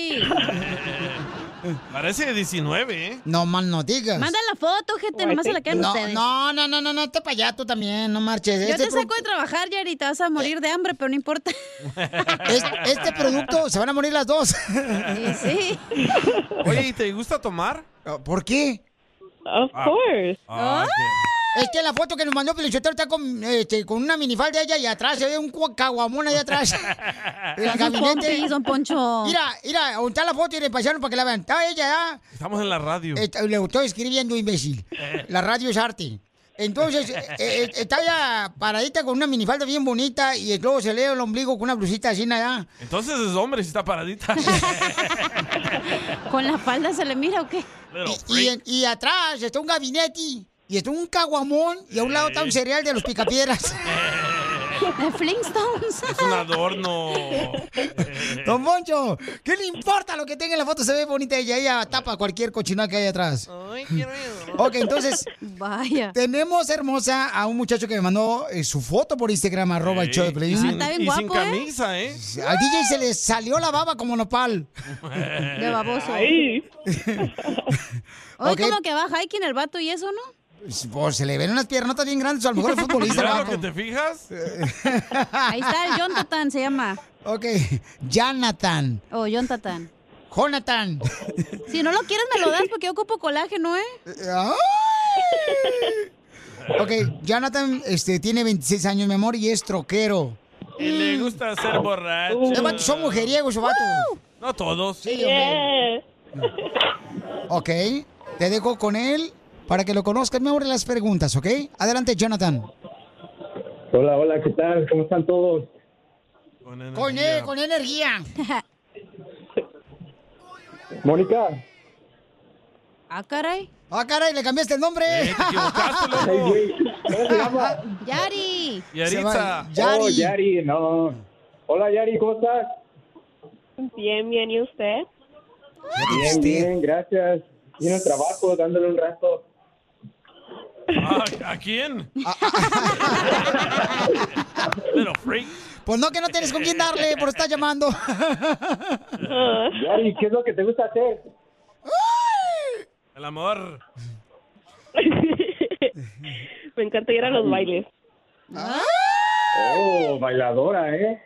S9: Parece de 19, ¿eh?
S2: No mal no digas.
S3: Manda la foto, gente, nomás se la quedan
S2: no,
S3: ustedes.
S2: No, no, no, no, no, te para allá tú también, no marches.
S3: Yo
S2: Este
S3: te
S2: pro-
S3: saco de trabajar, Jerry, te vas a morir de hambre, pero no importa.
S2: Es- este producto se van a morir las dos.
S3: sí.
S9: Oye, ¿y te gusta tomar?
S2: ¿Por qué?
S9: Of course. Ah, ok.
S2: Es que la foto que nos mandó Pelichotero está con, este, con una minifalda ella y atrás se ve un cua- caguamón allá atrás. En el
S9: Son
S2: gabinete.
S9: pompis, don
S3: Poncho.
S2: Mira, mira, ahí está la foto y le pasaron para que la vean. Está ella, ¿ah?
S9: Estamos en la radio.
S2: Está- le estoy escribiendo, imbécil. La radio es arte. Entonces, eh, eh, está ya paradita con una minifalda bien bonita y luego se lee el ombligo con una blusita así, nada.
S9: Entonces es hombre si está paradita.
S2: ¿Con la falda se le mira o qué?
S9: Little
S2: Y, y en- y atrás está un gabinete y está un caguamón y a un lado está un cereal de los picapiedras.
S3: De Flintstones.
S9: Es un adorno.
S2: Don Poncho, ¿qué le importa lo que tenga en la foto? Se ve bonita ella, ella tapa cualquier cochinada que hay atrás. Ok, entonces.
S3: Vaya.
S2: Tenemos hermosa a un muchacho que me mandó eh, su foto por Instagram, arroba el show de Piolín.
S9: Y
S3: Ah,
S9: sin- y sin camisa, ¿eh?
S2: Al DJ se le salió la baba como nopal.
S3: De baboso.
S2: Ay.
S3: Hoy
S2: Ok.
S3: como que va hiking el vato y eso, ¿no?
S2: Pues se le ven unas piernotas bien grandes, a lo mejor el futbolista.
S9: ¿Ya
S2: va
S9: lo que te fijas?
S3: Ahí está el Jonathan, se llama.
S2: Ok, Jonathan.
S3: O Jonathan.
S2: Jonathan.
S3: Si no lo quieres, me lo das porque yo ocupo colágeno, ¿eh?
S2: Ok, Jonathan este, tiene 26 años, mi amor, y es troquero.
S9: Y le gusta ser borracho.
S2: Los vatos son mujeriegos, los vatos.
S9: No todos.
S2: Sí, hombre. Ok, te dejo con él para que lo conozcas, me amor, y las preguntas, ¿ok? Adelante, Jonathan.
S16: Hola, hola, ¿qué tal? ¿Cómo están todos?
S2: Con, e- con energía.
S16: Mónica,
S3: Ah, caray.
S2: Ah, caray, le cambiaste el nombre.
S3: Yari.
S16: va- Oh, Yari, no. Hola, Yari, ¿cómo estás?
S29: Bien, bien, ¿y usted?
S16: Bien, bien, gracias. Vino al trabajo, dándole un rato.
S9: Ah, ¿A, a quién? Little freak.
S2: Pues no, que no tienes con quién darle por estar llamando.
S16: Yari, ¿qué es lo que te gusta hacer?
S9: El amor.
S29: Me encanta ir a los bailes.
S16: Oh, bailadora, ¿eh?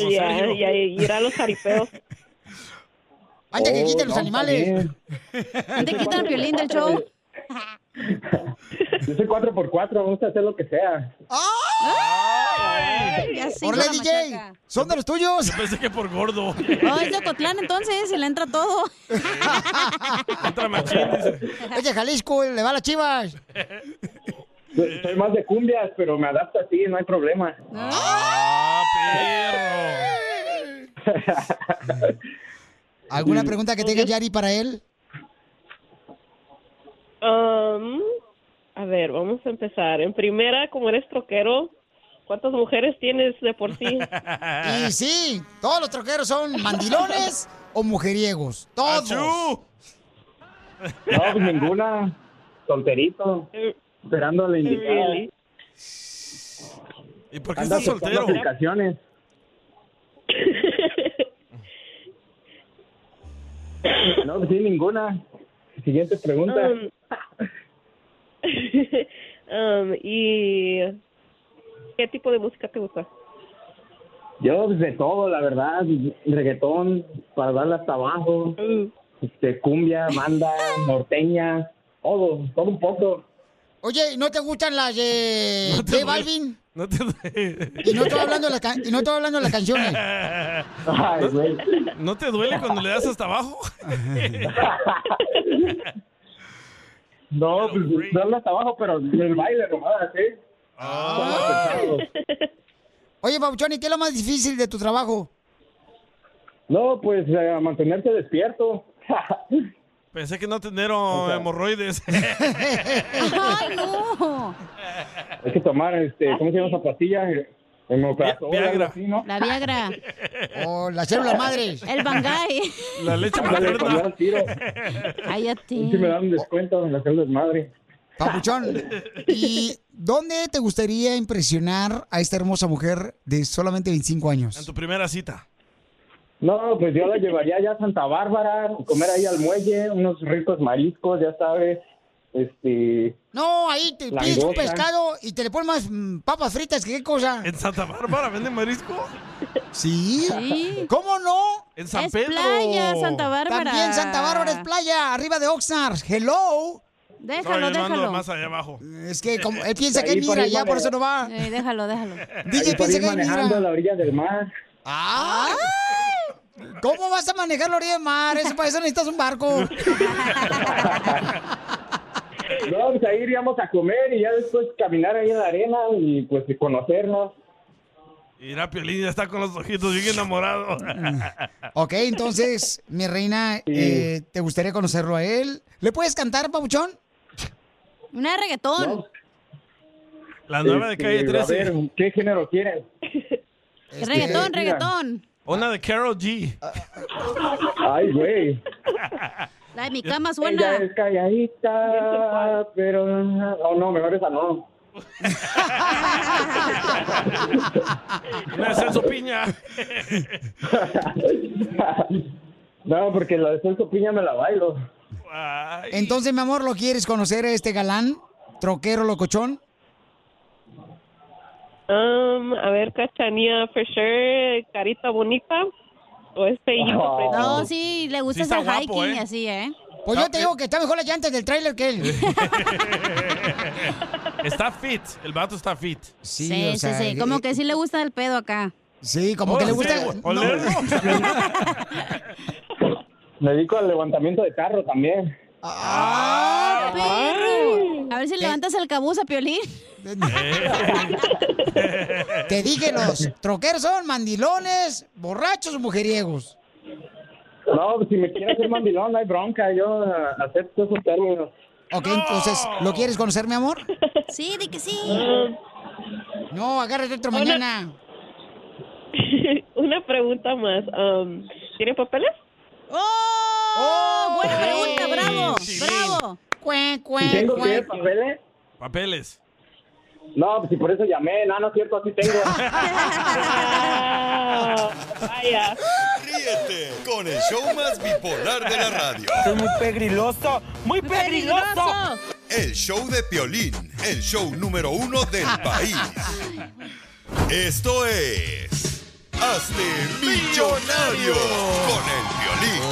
S29: Y a, y a- y ir a los jaripeos.
S2: Antes que
S16: Oh,
S2: quiten los
S16: no,
S2: animales.
S16: también.
S3: Antes quitan el violín del show.
S16: Yo soy 4x4, vamos a hacer lo que sea.
S3: Ya sí,
S2: Orle,
S3: la
S2: DJ,
S3: machaca.
S2: son de los tuyos.
S9: Pensé que por gordo.
S3: Oh, es de Cotlán entonces, y le entra todo.
S9: Entra machín, dice.
S2: Es de Jalisco, le va a las chivas.
S16: Yo Soy más de cumbias, pero me adapto así, no hay problema.
S2: ¿Alguna pregunta que tenga Yari para él?
S29: Um, a ver, vamos a empezar. En primera, como eres troquero, ¿cuántas mujeres tienes de por sí?
S2: Y sí, todos los troqueros son mandilones o mujeriegos. Todos.
S16: No, pues ninguna. Solterito. Esperando a la invitada.
S29: Really?
S9: ¿Y por qué
S16: Anda
S9: estás soltero?
S16: buscando aplicaciones. No, pues sí, ninguna. Siguiente pregunta.
S29: Um, um, ¿Y qué tipo de música te gusta?
S16: Yo pues, de todo, la verdad. Reggaetón, para darle hasta abajo. Este, cumbia, banda, norteña. Todo, todo un poco.
S2: Oye, ¿y ¿no te gustan las de
S16: No te
S2: J
S16: voy-
S2: Balvin?
S9: No te duele.
S2: Y no estoy hablando de las, ca- y no estoy hablando de las canciones.
S16: Ay, güey.
S9: ¿No te duele cuando le das hasta abajo?
S16: No, pues darle hasta abajo, pero el baile nomás, ¿sí?
S2: Ah. Oye, Pabuchón, ¿y qué es lo más difícil de tu trabajo?
S16: No, pues eh, mantenerse despierto.
S9: Pensé que no tener oh, hemorroides.
S3: ¡Ay, no!
S16: Hay que tomar, este, ¿cómo se llama esa pastilla? Hemoprazol,
S9: Viagra.
S16: algo así, ¿no?
S3: La Viagra.
S2: O la célula madre.
S3: El Bangay.
S16: La leche materna.
S3: Cállate.
S16: Si me dan un descuento en la células madre.
S2: Papuchón, ¿y dónde te gustaría impresionar a esta hermosa mujer de solamente 25
S9: En
S2: años?
S9: tu primera cita.
S16: No, pues yo la llevaría allá a Santa Bárbara, comer ahí al muelle, unos ricos mariscos, ya sabes. Este.
S2: No, ahí te pides un
S16: Langosta.
S2: pescado y te le pones más mm, papas fritas, ¿qué cosa?
S9: ¿En Santa Bárbara venden marisco?
S2: Sí.
S9: Sí.
S2: ¿Cómo no?
S9: En San Es Pedro. playa, Santa Bárbara.
S2: También Santa Bárbara es playa, arriba de Oxnard. Hello.
S9: No, yo no ando más allá abajo.
S2: Es que como, él piensa que él mira, ya por eso no va.
S3: Eh,
S2: Este,
S3: déjalo, déjalo.
S2: DJ
S16: ahí por
S2: piensa
S16: ir
S2: que él
S16: manejando a
S2: mira.
S16: la orilla del mar.
S2: ¡Ah! ¿Cómo vas a manejar la orilla de mar? Eso para eso necesitas un barco.
S16: No, pues ahí iríamos a comer y ya después caminar ahí en la arena y pues y conocernos.
S9: Irá Piolín, ya está con los ojitos bien enamorado.
S16: Mm.
S2: ok, entonces, mi reina, eh, ¿te gustaría conocerlo a él? ¿Le puedes cantar, Pabuchón?
S3: Una de reggaetón.
S9: La nueva de
S16: Este,
S9: calle
S16: a
S9: 13.
S16: ver, ¿qué género quieren?
S3: reggaetón, reggaetón.
S9: Una de Carol G.
S16: Ay, güey.
S3: La de mi cama
S16: Ella
S3: suena.
S16: es calladita, pero... Oh, no, mejor esa no.
S9: Una de Celso Piña.
S16: No, porque la de Celso Piña me la bailo.
S2: Entonces, mi amor, ¿lo quieres conocer a este galán? Troquero locochón.
S29: Um, a ver, Cachanía, for sure, carita bonita o este hijito
S2: Oh.
S3: No, sí, le gusta
S29: Sí está
S3: hacer
S29: guapo,
S3: hiking
S29: ¿eh?
S3: y así, ¿eh?
S2: Pues yo te digo que está mejor las llantas del tráiler que él.
S9: Está fit. El vato está fit.
S2: Sí, eh,
S3: Sí, sí, sí. Como que sí le gusta el pedo acá.
S2: Sí,
S9: como que le gusta-
S16: Me dedico al levantamiento de carro también.
S3: ¡Ah, perro! A ver si levantas el cabuz a Piolín.
S2: Pues Te dije, los troqueros son mandilones, borrachos, mujeriegos.
S16: No, pues, si me quieres hacer mandilón, no hay bronca. Yo eh, acepto esos términos.
S2: Ok, entonces, ¿lo quieres conocer, mi amor?
S3: Sí, di que sí.
S2: No, agárrate otro
S29: Hola.
S2: mañana.
S29: Una pregunta más. Um, ¿Tiene papeles?
S3: ¡Oh! Buena pregunta, bravo, bravo.
S2: Cuen,
S16: Si tengo que papeles.
S9: Papeles.
S16: No, pues si por eso llamé. No, no es cierto, así tengo.
S29: Vaya.
S11: Ríete con el show más bipolar de la radio.
S15: Soy muy pegriloso, muy pegriloso.
S11: El show de Piolín, el show número uno del país. Esto es... Hazte millonario con el Piolín.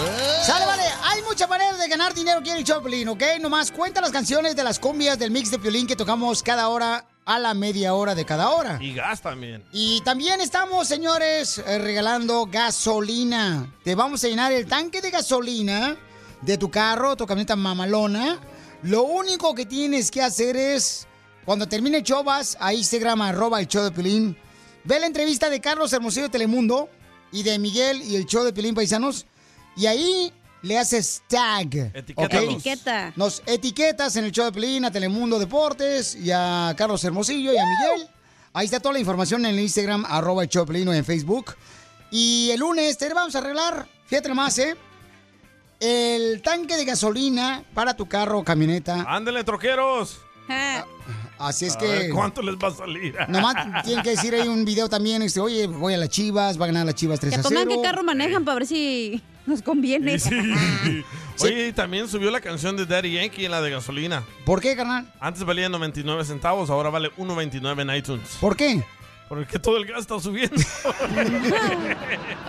S2: Sale, vale. Hay muchas maneras de ganar dinero aquí en el Choplin, ¿ok? Nomás cuenta las canciones de las cumbias del mix de Piolín que tocamos cada hora a la media hora de cada hora.
S9: Y gas también.
S2: Y también estamos, señores, eh, regalando gasolina. Te vamos a llenar el tanque de gasolina de tu carro, tu camioneta mamalona. Lo único que tienes que hacer es, cuando termine el show, vas a Instagram, arroba el show de Pilín. Ve la entrevista de Carlos Hermosillo de Telemundo y de Miguel y el show de Pilín Paisanos. Y ahí le haces tag. ¿ok?
S3: Etiqueta.
S2: Nos etiquetas en el show de Pelín, a Telemundo Deportes y a Carlos Hermosillo y a Miguel. Ahí está toda la información en el Instagram, arroba el show de Pelín, o en Facebook. Y el lunes te vamos a arreglar, fíjate nomás, ¿eh? El tanque de gasolina para tu carro o camioneta.
S9: Ándale, troqueros.
S3: Ah.
S2: Ah, Así es
S9: A
S2: que-
S9: ver ¿Cuánto les va a salir?
S2: Nomás tienen que decir ahí un video también, este, oye, voy a las Chivas, va a ganar las Chivas 3
S3: Que
S2: a 0.
S3: pongan qué carro manejan para ver si nos conviene.
S9: Oye, y también subió la canción de Daddy Yankee, la de gasolina.
S2: ¿Por qué, carnal?
S9: Antes valía 99 centavos, ahora vale 1.29 en iTunes.
S2: ¿Por qué?
S9: Porque todo el gas está subiendo.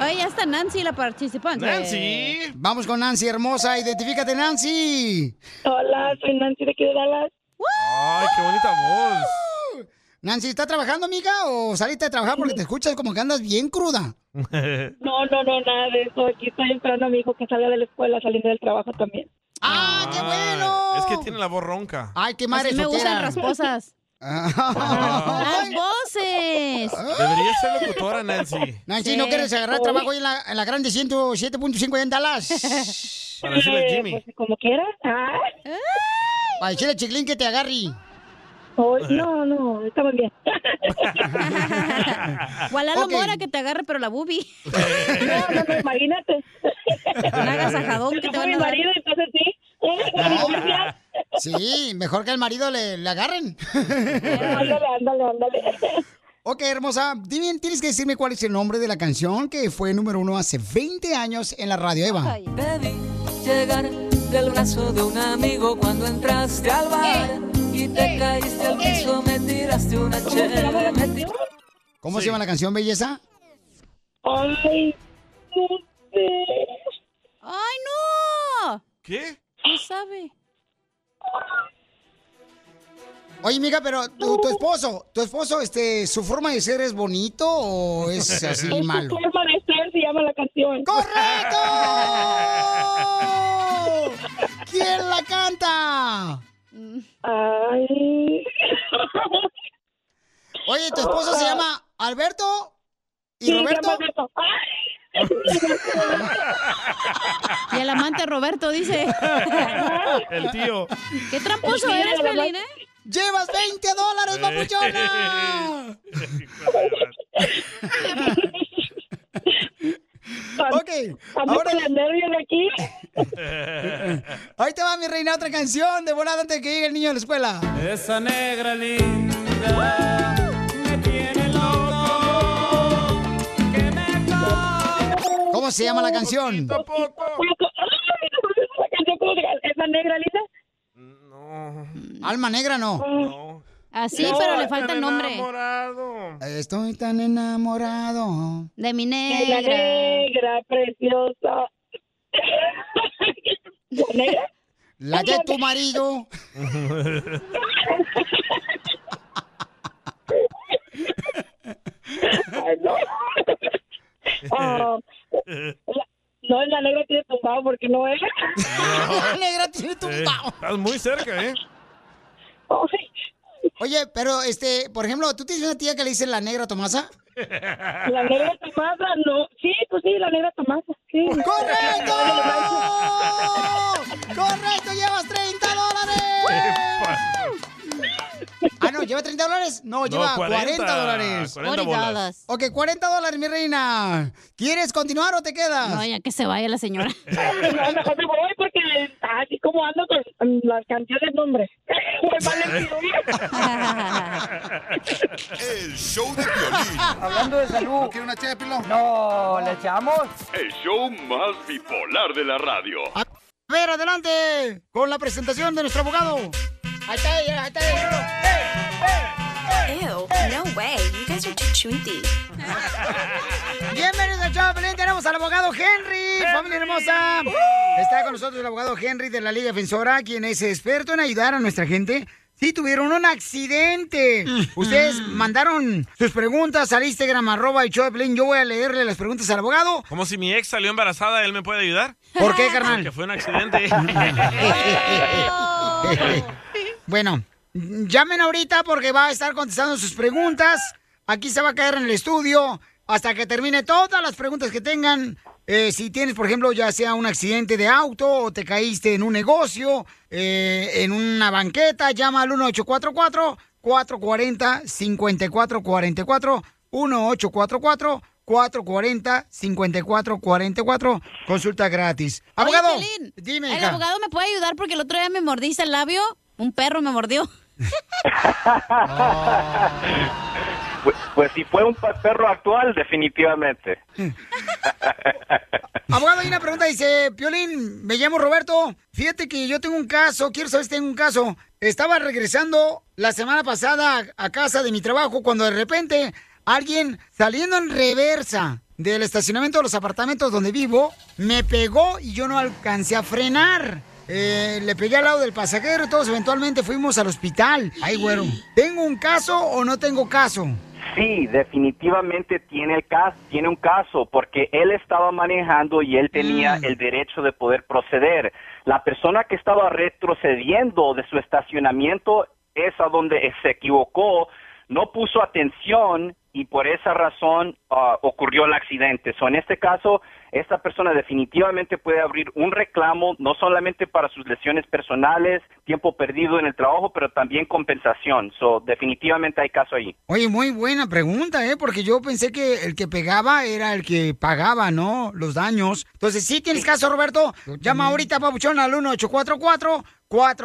S3: Oye, ya está Nancy la participante.
S9: Nancy.
S2: Vamos con Nancy, hermosa. Identifícate, Nancy.
S23: Hola, soy Nancy de aquí de Dallas.
S9: ¡Ay, qué bonita
S2: voz! Nancy, ¿está trabajando, amiga? ¿O saliste a trabajar porque te escuchas como que andas bien cruda?
S23: No, no, no, nada de eso. Aquí estoy esperando a mi hijo que salga de la escuela, saliendo del trabajo también.
S2: ¡Ah,
S9: qué bueno! Es que tiene la voz ronca.
S2: ¡Ay, qué
S3: Así me gustan rasposas. Las voces.
S9: Ah, Debería ser locutora, Nancy.
S2: Nancy, ¿no quieres agarrar trabajo ahí en la, en la grande 107.5 allá en Dallas?
S9: Para decirle a Jimmy.
S23: Pues, como quieras.
S2: Para decirle a Chiquilín que te agarre.
S23: no, no, estamos bien.
S3: Igual a la
S23: Ok.
S3: mora que te agarre, pero la bubi.
S23: No, no, no, imagínate.
S3: Un agasajadón que te van a
S23: Mi
S3: dar.
S23: marido, entonces sí.
S2: Sí, mejor que al marido le, le agarren.
S23: ándale, ándale, ándale.
S2: Ok, hermosa, dime- tienes que decirme cuál es el nombre de la canción que fue número uno hace 20 años en la radio, Eva.
S15: Debí llegar del brazo de un amigo cuando entraste al bar y te caíste al piso, me tiraste una chela. me ti-
S2: ¿Cómo se llama la canción, belleza?
S15: Ay,
S3: ¡Ay, no!
S9: ¿Qué?
S3: No sabe.
S2: Oye, amiga, pero tu, tu esposo, tu esposo, este, ¿su forma de ser es bonito o es así
S15: Es su
S2: malo?
S15: forma de ser, se llama la canción.
S23: ¡Oh!
S2: ¡Correcto! ¿Quién la canta?
S15: Ay.
S2: Oye, ¿tu esposo
S15: Ah.
S2: se llama Alberto? ¿Y
S15: Sí, se llama
S2: Roberto?
S15: Alberto.
S3: Y el amante Roberto dice.
S9: El tío.
S3: ¿Qué tramposo
S15: El tío,
S3: eres,
S15: el amante.
S3: Pelín, eh?
S2: ¡Llevas 20 dólares,
S15: Eh, papuchona!
S2: Ok, ahora-
S15: la nervios aquí.
S2: Ahí te va, mi reina, otra canción de volada antes de que llegue el niño a la escuela.
S15: Esa negra linda me tiene loco.
S2: ¿Cómo se llama la canción?
S15: Esa negra linda.
S2: Alma negra no.
S3: Así,
S15: No,
S3: pero le
S15: están
S3: falta el nombre.
S2: Estoy tan enamorado.
S3: De mi
S15: La negra preciosa. ¿La negra?
S2: La de tu marido.
S15: Ay, no. Ah, la- no, la negra tiene tumbado porque no es.
S2: La negra tiene tumbado.
S9: Estás muy cerca, ¿eh?
S2: Oye, pero este, por ejemplo, ¿tú tienes una tía que le dice la negra Tomasa?
S15: La negra Tomasa, no. Sí, pues sí, la negra Tomasa. Sí.
S2: ¡Correcto! ¡Correcto! ¡Llevas 30 dólares! Ah, no, ¿lleva 30 dólares? No, lleva 40,
S9: 40
S2: dólares.
S9: 40 bolas. Orilladas.
S2: Ok, 40 dólares, mi reina. ¿Quieres continuar o te quedas?
S3: No, ya que se vaya la señora.
S15: No, mejor me voy porque así como ando con mm, las canciones, no, hombre. Voy mal en
S7: El show de violín. Hablando de salud. ¿No quiere una ché de pilón? No, ¿le echamos?
S27: El show más bipolar de la radio.
S2: A ver, adelante con la presentación de nuestro abogado. Ahí está ella, ahí está ella.
S5: Ew, no way. You guys are too chunty.
S2: Bienvenidos al show, Pelín. Tenemos al abogado Henry, familia hermosa. Está con nosotros el abogado Henry de la Liga Defensora, quien es experto en ayudar a nuestra gente. Si tuvieron un accidente, ustedes mandaron sus preguntas al Instagram, arroba el show de Pelín. Yo voy a leerle las preguntas al abogado.
S9: Como si mi ex salió embarazada, ¿él me puede ayudar?
S2: ¿Por qué, carnal?
S9: Porque fue un accidente.
S2: bueno, llamen ahorita porque va a estar contestando sus preguntas. Aquí se va a caer en el estudio hasta que termine todas las preguntas que tengan. Eh, si tienes, por ejemplo, ya sea un accidente de auto o te caíste en un negocio, eh, en una banqueta, llama al 1844 440 5444 1844 440 5444 Consulta gratis.
S3: Oye,
S2: Abogado,
S3: Pelín,
S2: dime.
S3: El
S2: hija.
S3: abogado me puede ayudar porque el otro día me mordiste el labio. Un perro me mordió.
S12: Pues, pues si fue un pa- perro actual, definitivamente.
S2: Abogado, hay una pregunta, dice, Piolín, me llamo Roberto, fíjate que yo tengo un caso, quiero saber si tengo un caso. Estaba regresando la semana pasada a a casa de mi trabajo cuando de repente alguien saliendo en reversa del estacionamiento de los apartamentos donde vivo, me pegó y yo no alcancé a frenar. Eh, le pegué al lado del pasajero y todos eventualmente fuimos al hospital. Ay, güero, ¿tengo un caso o no tengo caso?
S12: Sí, definitivamente tiene, el cas- tiene un caso, porque él estaba manejando y él tenía el derecho de poder proceder. La persona que estaba retrocediendo de su estacionamiento es a donde se equivocó, no puso atención y por esa razón ah, ocurrió el accidente. So, en este caso, esta persona definitivamente puede abrir un reclamo, no solamente para sus lesiones personales, tiempo perdido en el trabajo, pero también compensación. So, definitivamente hay caso ahí.
S2: Oye, muy buena pregunta, ¿eh? Porque yo pensé que el que pegaba era el que pagaba, ¿no? Los daños. Entonces, sí tienes caso, Roberto. Llama ahorita, papuchón, al 1844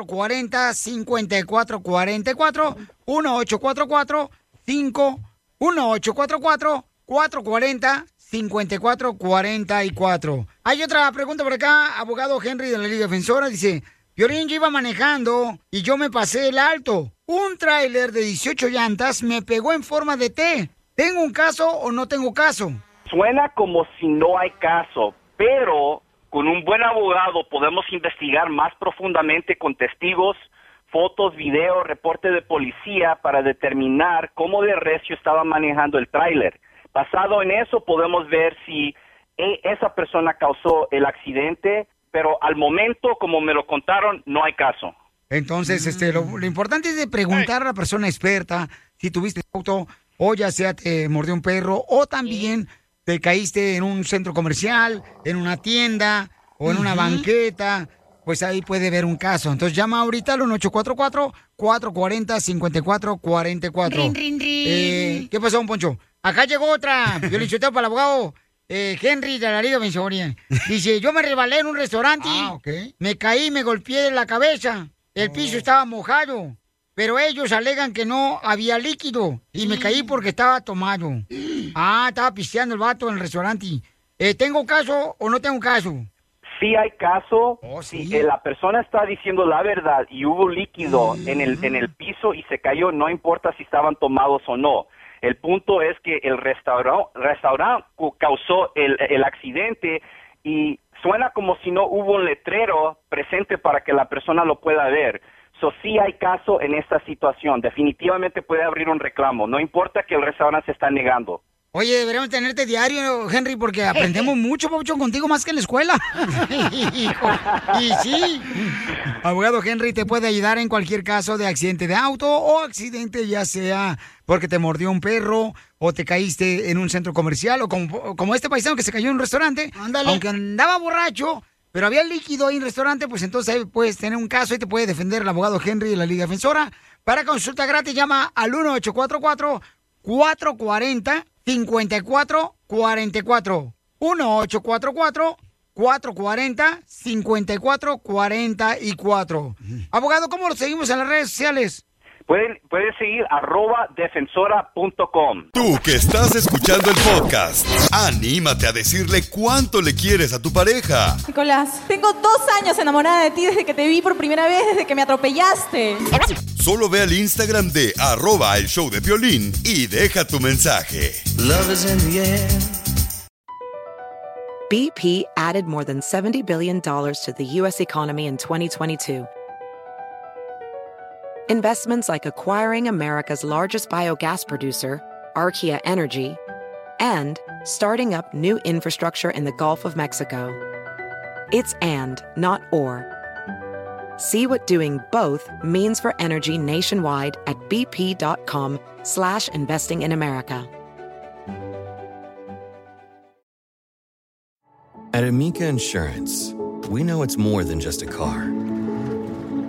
S2: 440 5444 1844 5 1-844-440-5444. Hay otra pregunta por acá, abogado Henry de la Liga Defensora. Dice: Piorín, yo iba manejando y yo me pasé el alto. Un tráiler de 18 llantas me pegó en forma de T. ¿Tengo un caso o no tengo caso?
S12: Suena como si no hay caso, pero con un buen abogado podemos investigar más profundamente con testigos, fotos, videos, reporte de policía para determinar cómo de recio estaba manejando el tráiler. Basado en eso podemos ver si eh, esa persona causó el accidente, pero al momento, como me lo contaron, no hay caso.
S2: Entonces, este, lo,
S28: Mm.
S2: lo importante es de preguntar a la persona experta si tuviste auto o ya sea te mordió un perro o también te caíste en un centro comercial, en una tienda o en una
S28: Ujú.
S2: banqueta. Pues ahí puede ver un caso. Entonces llama ahorita al 1844-440-5444.
S28: Rin, rin, rin.
S2: Eh, ¿Qué pasó, don Poncho? Acá llegó otra. Yo le chuteo para el abogado eh, Henry de la Liga Venezolana. Dice, yo me resbalé en un restaurante.
S28: Ah,
S2: Me caí, me golpeé en la cabeza. El
S12: Oh.
S2: piso estaba mojado. Pero ellos alegan que no había líquido. Y me caí porque estaba tomado. Ah, estaba pisteando el vato en el restaurante. Eh, ¿Tengo caso o no tengo caso?
S12: Si hay caso, si eh, la persona está diciendo la verdad y hubo líquido en, el, en el piso y se cayó, no importa si estaban tomados o no. El punto es que el restaurante causó el, el accidente y suena como si no hubo un letrero presente para que la persona lo pueda ver. So, sí hay caso en esta situación. Definitivamente puede abrir un reclamo. No importa que el restaurante se está negando.
S2: Oye, deberíamos tenerte diario, Henry, porque aprendemos mucho, Pauchón, contigo más que en la escuela. Hijo. y sí, abogado Henry te puede ayudar en cualquier caso de accidente de auto o accidente ya sea porque te mordió un perro o te caíste en un centro comercial o como, como este paisano que se cayó en un restaurante, aunque andaba borracho, pero había líquido ahí en el restaurante, pues entonces ahí puedes tener un caso y te puede defender el abogado Henry de la Liga Defensora. Para consulta gratis llama al 1844 440 5444 1844 440 5444 Abogado, ¿cómo lo seguimos en las redes sociales?
S12: Pueden, pueden seguir arroba defensora.com.
S11: Tú que estás escuchando el podcast, anímate a decirle cuánto le quieres a tu pareja.
S3: Nicolás, tengo dos años enamorada de ti desde que te vi por primera vez, desde que me atropellaste.
S11: Solo ve al Instagram de arroba el show de violín y deja tu mensaje.
S14: BP added more than $70 billion to the U.S. economy in 2022. Investments like acquiring America's largest biogas producer, Archaea Energy, and starting up new infrastructure in the Gulf of Mexico. It's and, not or. See what doing both means for energy nationwide at bp.com slash investing in America.
S30: At Amica Insurance, we know it's more than just a car.